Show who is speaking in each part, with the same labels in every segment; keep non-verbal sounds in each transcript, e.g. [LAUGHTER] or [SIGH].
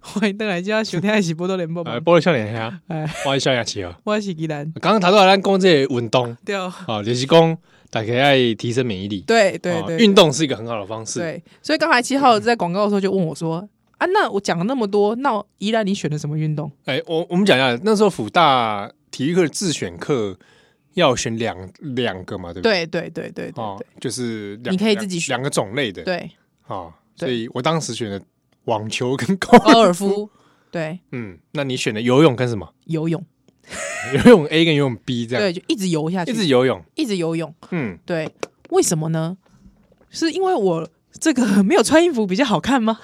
Speaker 1: 欢迎登来家收听的是《波多联播》
Speaker 2: 啊，
Speaker 1: 嘛。
Speaker 2: 玻璃少年兄，
Speaker 1: 哎，
Speaker 2: 我是少年奇哦。
Speaker 1: 我是吉兰，
Speaker 2: 刚刚谈到咱讲这个运动，
Speaker 1: 对
Speaker 2: 哦，就是讲大家爱提升免疫力，
Speaker 1: 对对
Speaker 2: 哦
Speaker 1: 对，
Speaker 2: 运动是一个很好的方式。
Speaker 1: 对，所以刚才七号在广告的时候就问我说：“啊，那我讲了那么多，那宜兰你选的什么运动
Speaker 2: 哎，我我们讲一下，那时候辅大体育课的自选课要选两两个嘛，对？”不对？
Speaker 1: 对对对对对
Speaker 2: 哦，就是两
Speaker 1: 你可以自己选
Speaker 2: 两两个种类的，
Speaker 1: 对，
Speaker 2: 哦，
Speaker 1: 对
Speaker 2: 所以我当时选的网
Speaker 1: [LAUGHS]
Speaker 2: 球跟高，
Speaker 1: 高尔夫，对，
Speaker 2: 嗯，那你选的游泳跟什么？ [LAUGHS]
Speaker 1: 游泳，
Speaker 2: 游泳 A 跟游泳 B 这样，
Speaker 1: 对，就一直游下去，
Speaker 2: 一直游泳，
Speaker 1: 一直游泳，
Speaker 2: 嗯，
Speaker 1: 对，为什么呢？是因为我这个没有穿衣服比较好看吗？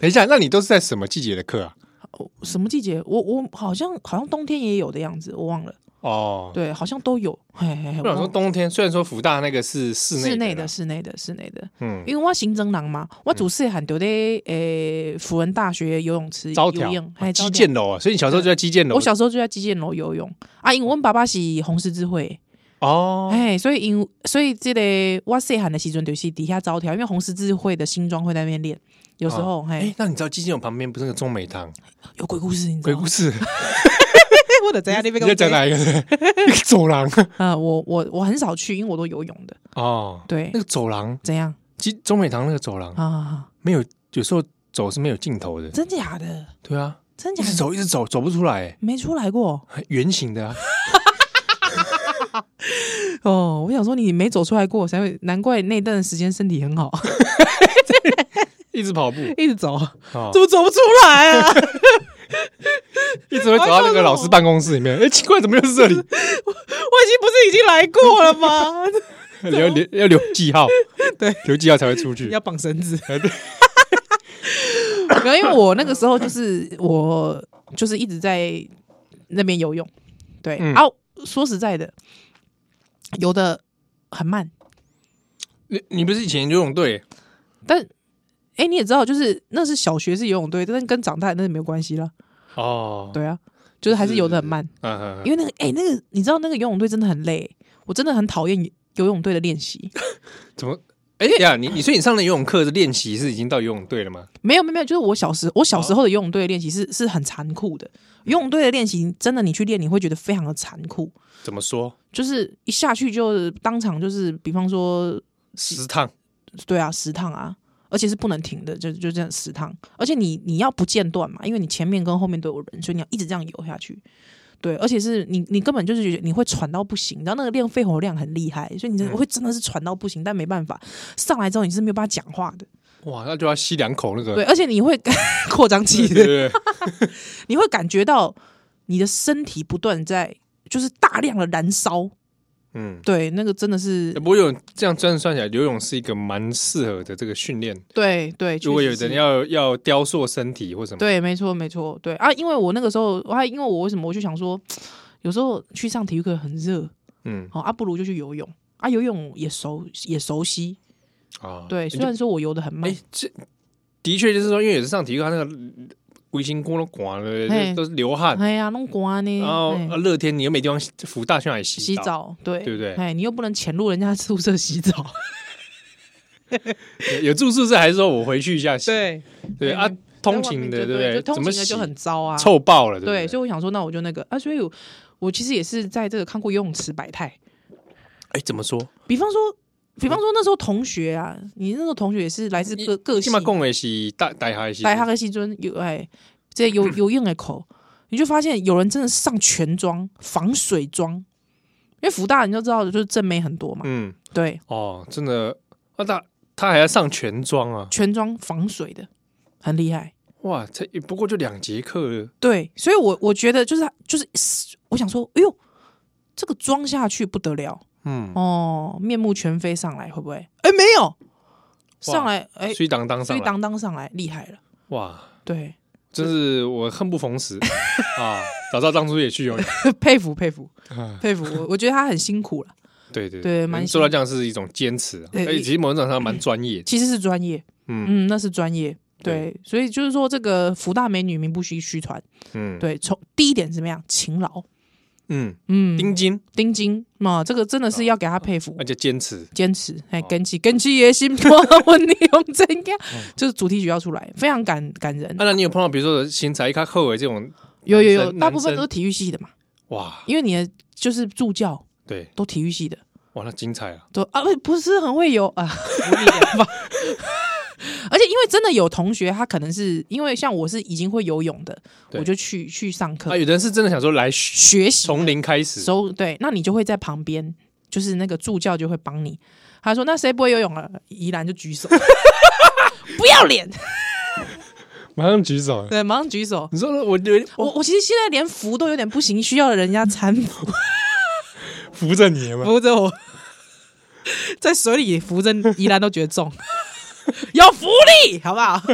Speaker 2: 等一下，那你都是在什么季节的课啊？
Speaker 1: 哦什么季节？我我好像好像冬天也有的样子，我忘了，
Speaker 2: 哦，
Speaker 1: 对，好像都有，嘿嘿嘿，我
Speaker 2: 不想说
Speaker 1: 忘了
Speaker 2: 冬天，虽然说福大那个是室内
Speaker 1: 室内
Speaker 2: 啦
Speaker 1: 的，室内的，室内的，
Speaker 2: 嗯，
Speaker 1: 因为我行政人嘛，我主事喊丢在诶呃辅仁大学游泳池
Speaker 2: 招
Speaker 1: 游
Speaker 2: 条
Speaker 1: 泳，还
Speaker 2: 基建楼啊，所以你小时候就在基建楼。
Speaker 1: 我小时候就在击剑楼游泳啊，因为阮爸爸是红十字会，
Speaker 2: 哦，
Speaker 1: 哎、所以因所以这个我细汉的时阵就是底下招条，因为红十字会的新装会在那边练，有时候哎、
Speaker 2: 哎，那你知道基建楼旁边不是那个中美堂
Speaker 1: 有 [LAUGHS] 鬼故事，你知
Speaker 2: 鬼
Speaker 1: 道
Speaker 2: 故
Speaker 1: 吗？
Speaker 2: 事？
Speaker 1: 我的怎样？你
Speaker 2: 你在讲哪一个？ [LAUGHS] 那个走廊
Speaker 1: 啊，我我我很少去，因为我都游泳的，
Speaker 2: 哦，
Speaker 1: 对
Speaker 2: 那，个走廊，
Speaker 1: 怎样
Speaker 2: 基中美堂那个走廊
Speaker 1: 啊啊？啊
Speaker 2: 没有，有时候走是没有尽头的。
Speaker 1: 真假的？
Speaker 2: 对啊，
Speaker 1: 真
Speaker 2: 一
Speaker 1: 假
Speaker 2: 直
Speaker 1: 的？
Speaker 2: 走一直走，走不出来，
Speaker 1: 没出来过
Speaker 2: 哎圆形的啊。
Speaker 1: 哦，我想说你没走出来过，才会难怪那段时间身体很好，
Speaker 2: 一直跑步，
Speaker 1: [LAUGHS] 一直走，啊
Speaker 2: 哦
Speaker 1: 怎么走不出来啊？ [LAUGHS]
Speaker 2: 一直会走到那个老师办公室里面。哎，奇怪，怎么又
Speaker 1: [LAUGHS]
Speaker 2: 是这里？
Speaker 1: 我已经不是已经来过了吗？
Speaker 2: 要留要留记号，
Speaker 1: 对，
Speaker 2: 留记号才会出去。
Speaker 1: 要绑绳子。 [LAUGHS] 没有，因为我那个时候就是我就是一直在那边游泳，对、
Speaker 2: 嗯
Speaker 1: 啊，说实在的，游的很慢，
Speaker 2: 你你不是以前游泳队？
Speaker 1: 但哎、诶你也知道，就是那是小学是游泳队，但是跟长大那是没有关系了，
Speaker 2: 哦，
Speaker 1: 对啊，就是还是游的很慢，
Speaker 2: 嗯，嗯
Speaker 1: 因为那个哎、那个你知道那个游泳队真的很累，我真的很讨厌游泳队的练习，
Speaker 2: 怎么？哎呀，你你所以你上的游泳课的练习是已经到游泳队了吗？
Speaker 1: 没有没有没有，就是我小时我小时候的游泳队的练习是是很残酷的，游泳队的练习真的你去练你会觉得非常的残酷，
Speaker 2: 怎么说？
Speaker 1: 就是一下去就当场就是，比方说
Speaker 2: 十趟
Speaker 1: 对啊十趟啊，而且是不能停的，就就这样十趟，而且你你要不间断嘛，因为你前面跟后面都有人，所以你要一直这样游下去。对，而且是你，你根本就是觉得你会喘到不行，然后那个练肺活量很厉害，所以你真的会真的是喘到不行，但没办法，上来之后你是没有办法讲话的，
Speaker 2: 哇，那就要吸两口那个。
Speaker 1: 对，而且你会 [LAUGHS] 扩张气
Speaker 2: [LAUGHS] 对
Speaker 1: 的，
Speaker 2: 对对，
Speaker 1: 你会感觉到你的身体不断在就是大量的燃烧，
Speaker 2: [LAUGHS] 嗯。
Speaker 1: 对，那个真的是
Speaker 2: 不过游泳这样算算起来，游泳是一个蛮适合的这个训练。
Speaker 1: 对对。
Speaker 2: 如果
Speaker 1: 确
Speaker 2: 有
Speaker 1: 实是
Speaker 2: 人要要雕塑身体或什么，
Speaker 1: 对，没错没错，对啊，因为我那个时候，我还因为我为什么我就想说，有时候去上体育课很热，
Speaker 2: 嗯
Speaker 1: 好、啊，不如就去游泳啊，游泳也熟也熟悉，
Speaker 2: 啊，
Speaker 1: 对，
Speaker 2: 你就
Speaker 1: 虽然说我游的很慢
Speaker 2: 哎，，这的确就是说，因为也是上体育课，他那个龟心锅都刮了，
Speaker 1: 嘿
Speaker 2: 就都是流汗，
Speaker 1: 哎呀，弄瓜呢，
Speaker 2: 然后
Speaker 1: 哎
Speaker 2: 啊热天你又没地方浮大去哪里
Speaker 1: 洗
Speaker 2: 洗？
Speaker 1: 澡，对
Speaker 2: 对不对
Speaker 1: 哎，你又不能潜入人家宿舍洗澡，
Speaker 2: 有有住宿舍还是说我回去一下
Speaker 1: [LAUGHS]
Speaker 2: 洗？
Speaker 1: 对，
Speaker 2: 对啊
Speaker 1: 嗯，
Speaker 2: 通勤
Speaker 1: 对
Speaker 2: 的对不对？
Speaker 1: 就通
Speaker 2: 怎么
Speaker 1: 勤的就
Speaker 2: 洗
Speaker 1: 很糟啊，
Speaker 2: 臭爆了，对不
Speaker 1: 对，
Speaker 2: 对？
Speaker 1: 所以我想说，那我就那个啊，所以我我其实也是在这个看过游泳池百态，
Speaker 2: 哎，怎么说？
Speaker 1: 比方说，比方说那时候同学啊，你那时候同学也是来自各各系
Speaker 2: 起码讲的是大大海是
Speaker 1: 来哈克西尊有哎，这
Speaker 2: [CLEARS THROAT]
Speaker 1: 有有用的口，你就发现有人真的上全装防水装，因为福大你就知道，就是正妹很多嘛，
Speaker 2: 嗯，
Speaker 1: 对，
Speaker 2: 哦，真的，啊，他他还要上全装啊，
Speaker 1: 全装防水的很厉害，
Speaker 2: 哇，才不过就两节课了，
Speaker 1: 对，所以我我觉得就是就是我想说，哎呦，这个装下去不得了
Speaker 2: 嗯，
Speaker 1: 哦，面目全非上来会不会？哎，没有上来，哎，
Speaker 2: 所以当当
Speaker 1: 所
Speaker 2: 上
Speaker 1: 以
Speaker 2: 来，
Speaker 1: 当当上来厉害了，
Speaker 2: 哇，
Speaker 1: 对，
Speaker 2: 真是我恨不逢时啊！早知道当初也去游泳，
Speaker 1: [LAUGHS] 佩服佩服
Speaker 2: 啊
Speaker 1: 佩服，我我觉得他很辛苦了，
Speaker 2: 对对
Speaker 1: 对蛮
Speaker 2: 能做到这样是一种坚持啊，
Speaker 1: 对
Speaker 2: 而且其实某种程度上蛮专业的，
Speaker 1: 其实是专业，
Speaker 2: 嗯
Speaker 1: 嗯，那是专业。对，所以就是说，这个福大美女名不虚虚传。
Speaker 2: 嗯，
Speaker 1: 对，从第一点怎么样，勤劳，
Speaker 2: 嗯，
Speaker 1: 嗯，
Speaker 2: 钉金，
Speaker 1: 丁金嘛，这个真的是要给他佩服
Speaker 2: 而，且坚持，
Speaker 1: 坚持，哎，
Speaker 2: 啊哎哦嗯
Speaker 1: 根基根基野心多，问你用怎样？就是主题曲要出来，非常感感人
Speaker 2: 啊，。那你有碰到比如说身材较厚的这种，
Speaker 1: 有有有，
Speaker 2: 男生
Speaker 1: 大部分
Speaker 2: 男生
Speaker 1: 都是体育系的嘛，
Speaker 2: 哇，
Speaker 1: 因为你的就是助教
Speaker 2: 对，
Speaker 1: 都体育系的，
Speaker 2: 哇，那精彩啊，
Speaker 1: 都啊不不是很会游啊，无力了吧。 [LAUGHS] 而且因为真的有同学，他可能是因为像我是已经会游泳的，
Speaker 2: 对
Speaker 1: 我就去去上课、
Speaker 2: 啊，有的人是真的想说来学
Speaker 1: 学习
Speaker 2: 从零开
Speaker 1: 的
Speaker 2: 始
Speaker 1: 时，候，对，那你就会在旁边，就是那个助教就会帮你。他说：“那谁不会游泳啊？”宜兰就举手， [LAUGHS] 不要脸，
Speaker 2: 马上举手，
Speaker 1: [LAUGHS] 对，马上举手。
Speaker 2: 你说我有点
Speaker 1: 我我其实现在连扶都有点不行，需要人家搀扶
Speaker 2: 扶着你嘛，
Speaker 1: 扶着我， [LAUGHS] 在水里扶着宜兰都觉得重， [LAUGHS] 有浮力，好不好？ [LAUGHS]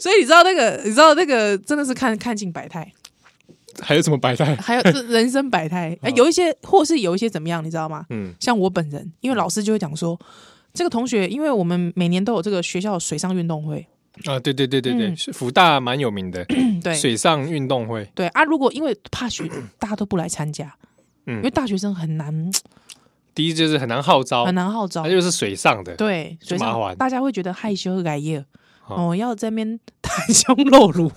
Speaker 1: 所以你知道那个，你知道那个真的是看看尽百态，
Speaker 2: 还有什么白带？
Speaker 1: 还有这人生百
Speaker 2: [LAUGHS]
Speaker 1: 态，哎、有一些或是有一些怎么样，你知道吗？
Speaker 2: 嗯，
Speaker 1: 像我本人，因为老师就会讲说，这个同学，因为我们每年都有这个学校的水上运动会，
Speaker 2: 啊，对对对对对，
Speaker 1: 嗯
Speaker 2: 是福大蛮有名的
Speaker 1: 嗯，对
Speaker 2: 水上运动会，
Speaker 1: 对啊，如果因为怕学大家都不来参加，
Speaker 2: 嗯
Speaker 1: 因为大学生很难
Speaker 2: 第一就是很难号召
Speaker 1: 很，难号召
Speaker 2: 它，就是水上的，
Speaker 1: 对，所以
Speaker 2: 麻烦
Speaker 1: 大家会觉得害羞和改业，
Speaker 2: 哦
Speaker 1: 哦，要在那边袒胸露乳、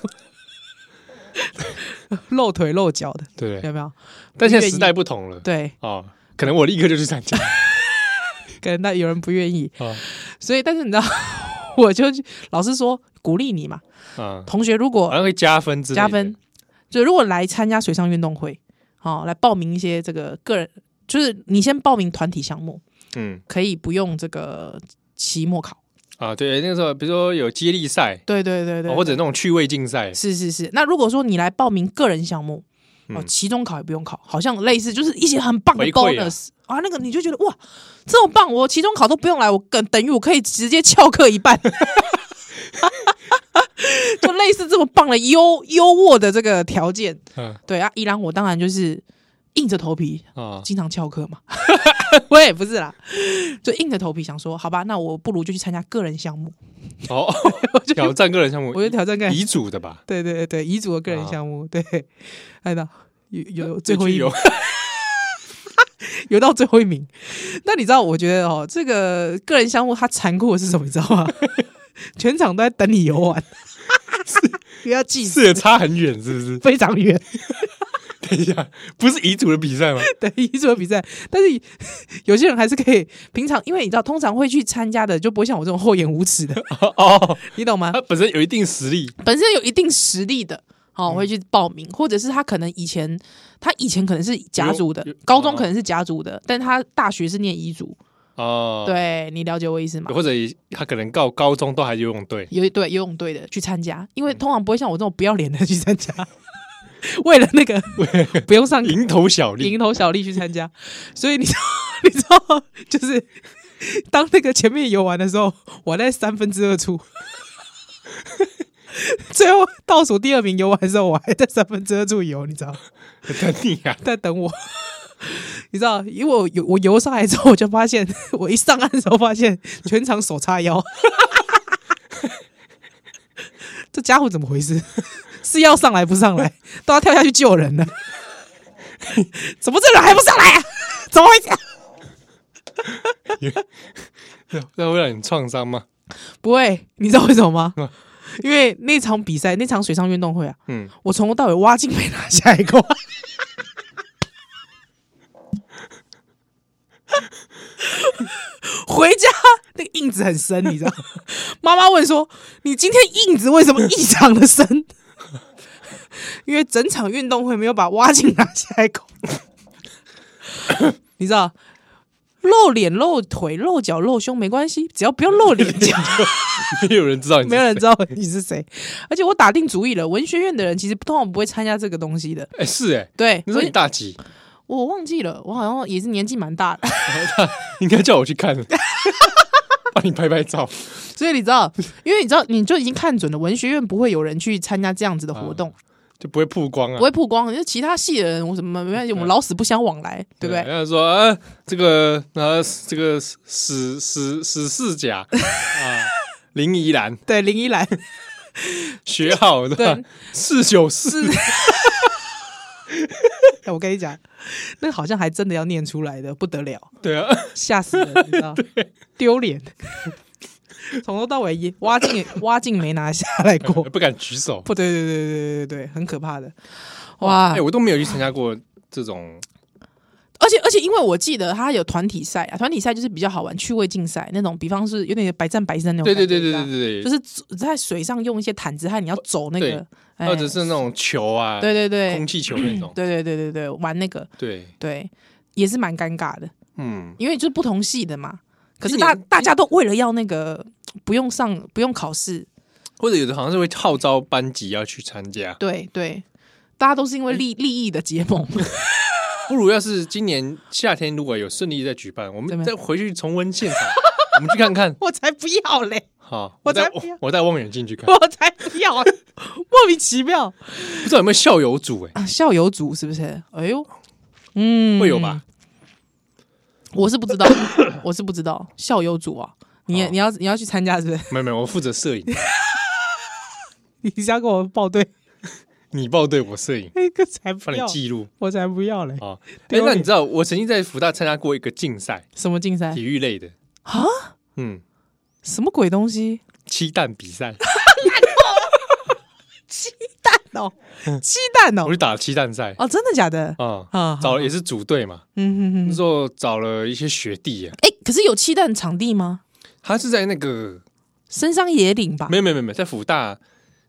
Speaker 1: [LAUGHS] 露腿露脚的，
Speaker 2: 对对。
Speaker 1: 有没有？
Speaker 2: 但现在时代不同了，
Speaker 1: 对，
Speaker 2: 哦，可能我立刻就去参加
Speaker 1: 可能那有人不愿意，
Speaker 2: 哦
Speaker 1: 所以但是你知道， [LAUGHS] 我就去老师说鼓励你嘛，
Speaker 2: [LAUGHS] 啊，
Speaker 1: 同学如
Speaker 2: 好
Speaker 1: 果
Speaker 2: 像会加分之类的
Speaker 1: 加分，就如果来参加水上运动会，好、哦、来报名一些这个个人，就是你先报名团体项目，
Speaker 2: 嗯
Speaker 1: 可以不用这个期末考。
Speaker 2: 啊，对，那时候比如说有接力赛，
Speaker 1: 对对对对，
Speaker 2: 哦或者那种趣味竞赛，
Speaker 1: 是是是。那如果说你来报名个人项目，哦，
Speaker 2: 嗯
Speaker 1: 期中考也不用考，好像类似就是一些很棒的
Speaker 2: 回馈啊
Speaker 1: bonus 啊那个你就觉得哇，这么棒，我期中考都不用来，我等等于我可以直接翘课一半。 [LAUGHS] 就类似这么棒的优优渥的这个条件，
Speaker 2: 嗯
Speaker 1: 对啊，依然我当然就是硬着头皮，
Speaker 2: 啊，
Speaker 1: 经常翘课嘛， [LAUGHS] 我也不是啦，就硬着头皮想说，好吧，那我不如就去参加个人项目，
Speaker 2: 哦， [LAUGHS] 挑战个人项目
Speaker 1: 我，就挑战个人，
Speaker 2: 遗嘱的吧，
Speaker 1: 对对对对，遗嘱的个人项目，对，哎那有有最后
Speaker 2: 啊有
Speaker 1: 一
Speaker 2: 去
Speaker 1: 名
Speaker 2: 游， [LAUGHS]
Speaker 1: 游到最后一名。那你知道，我觉得哦，这个个人项目它残酷的是什么？你知道吗？ [LAUGHS] 全场都在等你游 [LAUGHS] 完，不要记
Speaker 2: 是差很远，是不是？
Speaker 1: 非常远
Speaker 2: 等一下，不是遗嘱的比赛吗？
Speaker 1: 的遗嘱的比赛，但是有些人还是可以平常，因为你知道，通常会去参加的就不会像我这种厚颜无耻的，
Speaker 2: [LAUGHS] 哦，
Speaker 1: 你懂吗？
Speaker 2: 他本身有一定实力，
Speaker 1: 本身有一定实力的，
Speaker 2: 嗯
Speaker 1: 哦，会去报名，或者是他可能以前他以前可能是甲组的
Speaker 2: 有有，
Speaker 1: 高中可能是甲组的，但他大学是念乙组，
Speaker 2: 哦，，
Speaker 1: 对你了解我意思吗？
Speaker 2: 或者他可能到高中都还游泳队，
Speaker 1: [LAUGHS] 游对游泳队的去参加，因
Speaker 2: 嗯
Speaker 1: 为通常不会像我这种不要脸的去参加， [LAUGHS] 为了那
Speaker 2: [LAUGHS]
Speaker 1: 个不用上
Speaker 2: 蝇头小利
Speaker 1: 蝇，头小利去参加， [LAUGHS] 所以你知道你知道就是 [LAUGHS] 当那个前面游完的时候，我在三分之二处， [LAUGHS] 最后倒数第二名游完的时候，我还在三分之二处游，你知道吗
Speaker 2: 等你
Speaker 1: [LAUGHS]
Speaker 2: 啊，
Speaker 1: 在等我。你知道，因为我游我游上来之后，我 [LAUGHS] 就发现我一上岸的时候，发现全场手叉腰， [LAUGHS] 这家伙怎么回事？ [LAUGHS] 是要上来不上来，都要跳下去救人了， [LAUGHS] 怎么这人还不上来啊？ [LAUGHS] 怎么回事？
Speaker 2: 那会让你创伤吗？
Speaker 1: 不会，你知道为什么吗
Speaker 2: 嗯？
Speaker 1: 因为那场比赛，那场水上运动会啊，
Speaker 2: 嗯，
Speaker 1: 我从头到尾挖镜没拿下一个， [LAUGHS] 回家那个印子很深，你知道？妈妈问说：“你今天印子为什么异常的深？” [LAUGHS] 因为整场运动会没有把挖镜拿下一口， [COUGHS] 你知道？露脸、露腿、露脚、露胸没关系，只要不要露脸就
Speaker 2: 没有人知道你，
Speaker 1: [LAUGHS] 没有人，知道你是谁。而且我打定主意了，文学院的人其实通常不会参加这个东西的。
Speaker 2: 哎，是哎，
Speaker 1: 对，
Speaker 2: 你说你
Speaker 1: 文
Speaker 2: 大几？
Speaker 1: 我忘记了，我好像也是年纪蛮大的， [LAUGHS]
Speaker 2: 应该叫我去看， [LAUGHS] 帮你拍拍照，
Speaker 1: 所以你知道，因为你知道，你就已经看准了，文学院不会有人去参加这样子的活
Speaker 2: 啊
Speaker 1: 动，
Speaker 2: 就不会曝光啊
Speaker 1: 不。会曝光。因为其他系的人，我什么没关系，我们老死不相往来，对不对？
Speaker 2: 然后说啊，这个呃，这个史史史世甲
Speaker 1: [LAUGHS]
Speaker 2: 啊，林怡兰
Speaker 1: 对，林依兰， [LAUGHS]
Speaker 2: 学好的
Speaker 1: 对
Speaker 2: 四九四，
Speaker 1: 我跟你讲，那好像还真的要念出来的，不得了，
Speaker 2: 对啊， [LAUGHS]
Speaker 1: 吓死人，你知道，丢脸。 [LAUGHS] 从头到尾一挖镜挖镜没拿下来过，
Speaker 2: 不敢举手。
Speaker 1: 不对，对对对对对对，很可怕的，
Speaker 2: 哎、
Speaker 1: 哇！
Speaker 2: 我都没有去参加过这种，
Speaker 1: 而且而且，因为我记得他有团体赛啊，团体赛就是比较好玩，趣味竞赛那种，比方是有点百战百胜那种
Speaker 2: 对
Speaker 1: 感觉，
Speaker 2: 对对对
Speaker 1: 对，
Speaker 2: 对对
Speaker 1: 就是走在水上用一些毯子，还有你要走那个
Speaker 2: 对，
Speaker 1: 哎
Speaker 2: 或者是那种球啊，
Speaker 1: 对对对
Speaker 2: 空气球那种，
Speaker 1: 对对对对对，玩那个
Speaker 2: 对，
Speaker 1: 对，也是蛮尴尬的，
Speaker 2: 嗯，
Speaker 1: 因为就是不同系的嘛。可是
Speaker 2: 今
Speaker 1: 大
Speaker 2: 年
Speaker 1: 大家都为了要那个不用上不用考试，
Speaker 2: 或者有的好像是会号召班级要去参加。
Speaker 1: [LAUGHS] 对对，大家都是因
Speaker 2: 嗯
Speaker 1: 为利利益的结盟， [LAUGHS]
Speaker 2: 不如要是今年夏天如果有顺利再举办，我
Speaker 1: 怎
Speaker 2: 们
Speaker 1: 么
Speaker 2: 再回去重温现场， [LAUGHS] 我们去看看。
Speaker 1: 我才不要嘞！ [LAUGHS]
Speaker 2: 好，
Speaker 1: 我
Speaker 2: 我带
Speaker 1: 才不要
Speaker 2: 我带望远镜去看，
Speaker 1: [LAUGHS] 我才不
Speaker 2: [LAUGHS]
Speaker 1: 要，莫名其妙
Speaker 2: 不知道有没有校友组哎，
Speaker 1: 啊！校友组是不是？哎呦，嗯，
Speaker 2: 会有？吧？
Speaker 1: 我是不知道， [COUGHS] 我是不知道校友组啊。你也
Speaker 2: 哦
Speaker 1: 你要你要去参加是不 [LAUGHS] 是？
Speaker 2: 没有没有，我负责摄影， [LAUGHS]
Speaker 1: [LAUGHS] 你是要跟我报对？
Speaker 2: 你报对我
Speaker 1: [LAUGHS]
Speaker 2: 摄影，
Speaker 1: 那个 [LAUGHS] 才不
Speaker 2: 帮你记录
Speaker 1: 我才不要嘞！
Speaker 2: 啊。哎
Speaker 1: 丢，
Speaker 2: 那
Speaker 1: 脸
Speaker 2: 你知道我曾经在福大参加过一个竞赛，
Speaker 1: 什么竞赛
Speaker 2: 体？育类的
Speaker 1: 哎啊？
Speaker 2: 嗯，
Speaker 1: 什么鬼东西？
Speaker 2: 七蛋比赛，
Speaker 1: 蛋哦，
Speaker 2: 嗯
Speaker 1: 鸡蛋
Speaker 2: 我
Speaker 1: [LAUGHS] 哦
Speaker 2: 去，打七蛋赛
Speaker 1: 哦，真的假的？
Speaker 2: 啊，
Speaker 1: 啊，
Speaker 2: 找
Speaker 1: 好
Speaker 2: 了也是组队嘛，
Speaker 1: 嗯嗯
Speaker 2: 那
Speaker 1: 嗯，
Speaker 2: 时候找了一些学弟啊，
Speaker 1: 哎，可是有鸡蛋场地吗？
Speaker 2: 他是在那个
Speaker 1: 深山野岭吧
Speaker 2: 没？有没有没有没有在福大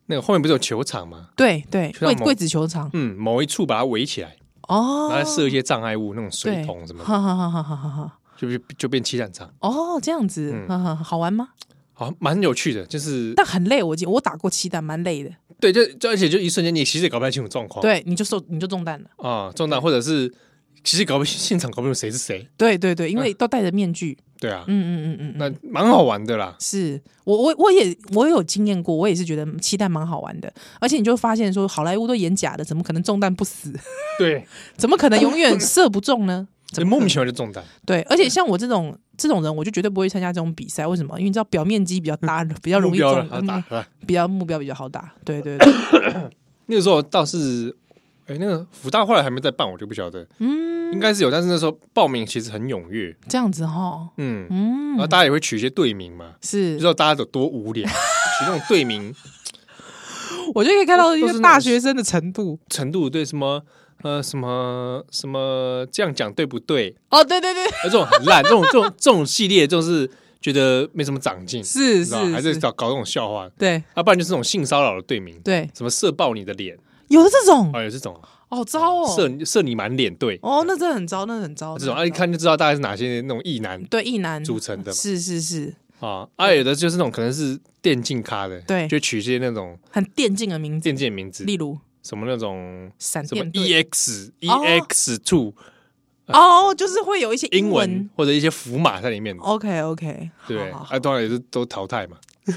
Speaker 2: 那个后面不是有球场吗？
Speaker 1: 对对，
Speaker 2: 去到
Speaker 1: 贵
Speaker 2: 某
Speaker 1: 贵子球场
Speaker 2: 嗯，某一处把它围起来，
Speaker 1: 哦，
Speaker 2: 然后设一些障碍物，那种水
Speaker 1: 对
Speaker 2: 桶什么的，
Speaker 1: 哈哈哈哈哈哈哈！
Speaker 2: 就就就变气弹场，
Speaker 1: 哦，这样子，
Speaker 2: 嗯
Speaker 1: 哈哈，好玩吗？
Speaker 2: 好，蛮有趣的，就是
Speaker 1: 但很累，我记我打过七弹，蛮累的。
Speaker 2: 对，就就而且就一瞬间，你其实也搞不太清楚状况，
Speaker 1: 对，你就受你就中弹了。
Speaker 2: 啊，中弹或者是其实搞不现场搞不清楚 [LAUGHS] 谁是谁，
Speaker 1: 对对对，因
Speaker 2: 嗯
Speaker 1: 为都戴着面具。
Speaker 2: 对啊，
Speaker 1: 嗯嗯嗯嗯，
Speaker 2: 那蛮好玩的啦，
Speaker 1: 是我我我也我也有经验过，我也是觉得七弹蛮好玩的。而且你就会发现说，好莱坞都演假的，怎么可能中弹不死？ [LAUGHS]
Speaker 2: 对，
Speaker 1: 怎么可能永远射不中呢？
Speaker 2: 所
Speaker 1: 怎
Speaker 2: 以
Speaker 1: 么
Speaker 2: 莫
Speaker 1: 可
Speaker 2: 名
Speaker 1: 能
Speaker 2: 其妙就中弹，
Speaker 1: 对，而且像我这种这种人，我就绝对不会参加这种比赛。为什么？因为你知道表面积比较大，比较容易
Speaker 2: 目标
Speaker 1: 中
Speaker 2: 了，他打
Speaker 1: 嗯，
Speaker 2: 了。
Speaker 1: 比较目标比较好打。对对
Speaker 2: [LAUGHS]
Speaker 1: 对，
Speaker 2: 那个时候倒是，哎，那个福大后来还没再办，我就不晓得，嗯，应该是有，但是那时候报名其实很踊跃，
Speaker 1: 这样子哈，
Speaker 2: 嗯，
Speaker 1: 嗯
Speaker 2: 然，后大家也会取一些队名嘛，
Speaker 1: 是
Speaker 2: 你知道大家有多无
Speaker 1: [LAUGHS]
Speaker 2: 聊，取那种队名
Speaker 1: 我就可以看到一
Speaker 2: 都
Speaker 1: 个
Speaker 2: 是那种
Speaker 1: 大学生的程度。
Speaker 2: 程度对什么呃什么什么这样讲对不对？
Speaker 1: 哦，对对对，
Speaker 2: 呃这种很烂，这种这种这种系列就是觉得没什么长进，
Speaker 1: 是
Speaker 2: 你知道还
Speaker 1: 是
Speaker 2: 在
Speaker 1: 是，
Speaker 2: 搞搞这种笑话，
Speaker 1: 对
Speaker 2: 要、不然就是那种性骚扰的队名，
Speaker 1: 对，
Speaker 2: 什么射爆你的脸，
Speaker 1: 有的这种，
Speaker 2: 啊，有这种
Speaker 1: 好糟
Speaker 2: 射
Speaker 1: 哦，
Speaker 2: 你射你满脸，对，
Speaker 1: 哦，那真的很糟，那很糟，
Speaker 2: 这种
Speaker 1: 那
Speaker 2: 啊，一
Speaker 1: 很糟
Speaker 2: 看就知道大概是哪些那种异男
Speaker 1: 对一男
Speaker 2: 组成的嘛
Speaker 1: 是是是，
Speaker 2: 啊，啊，有的就是那种可能是电竞咖的，
Speaker 1: 对
Speaker 2: 就取一些那种
Speaker 1: 很电竞的名字，
Speaker 2: 电竞的名字，
Speaker 1: 例如
Speaker 2: 什么那种
Speaker 1: 闪
Speaker 2: 什么 E
Speaker 1: 电队
Speaker 2: EX EX two
Speaker 1: 哦，就是会有一些
Speaker 2: 英文
Speaker 1: 文。
Speaker 2: 或者一些符码在里面的，
Speaker 1: OK OK，
Speaker 2: 对不对，
Speaker 1: 好好
Speaker 2: 啊，当然也是都淘汰嘛。 [LAUGHS]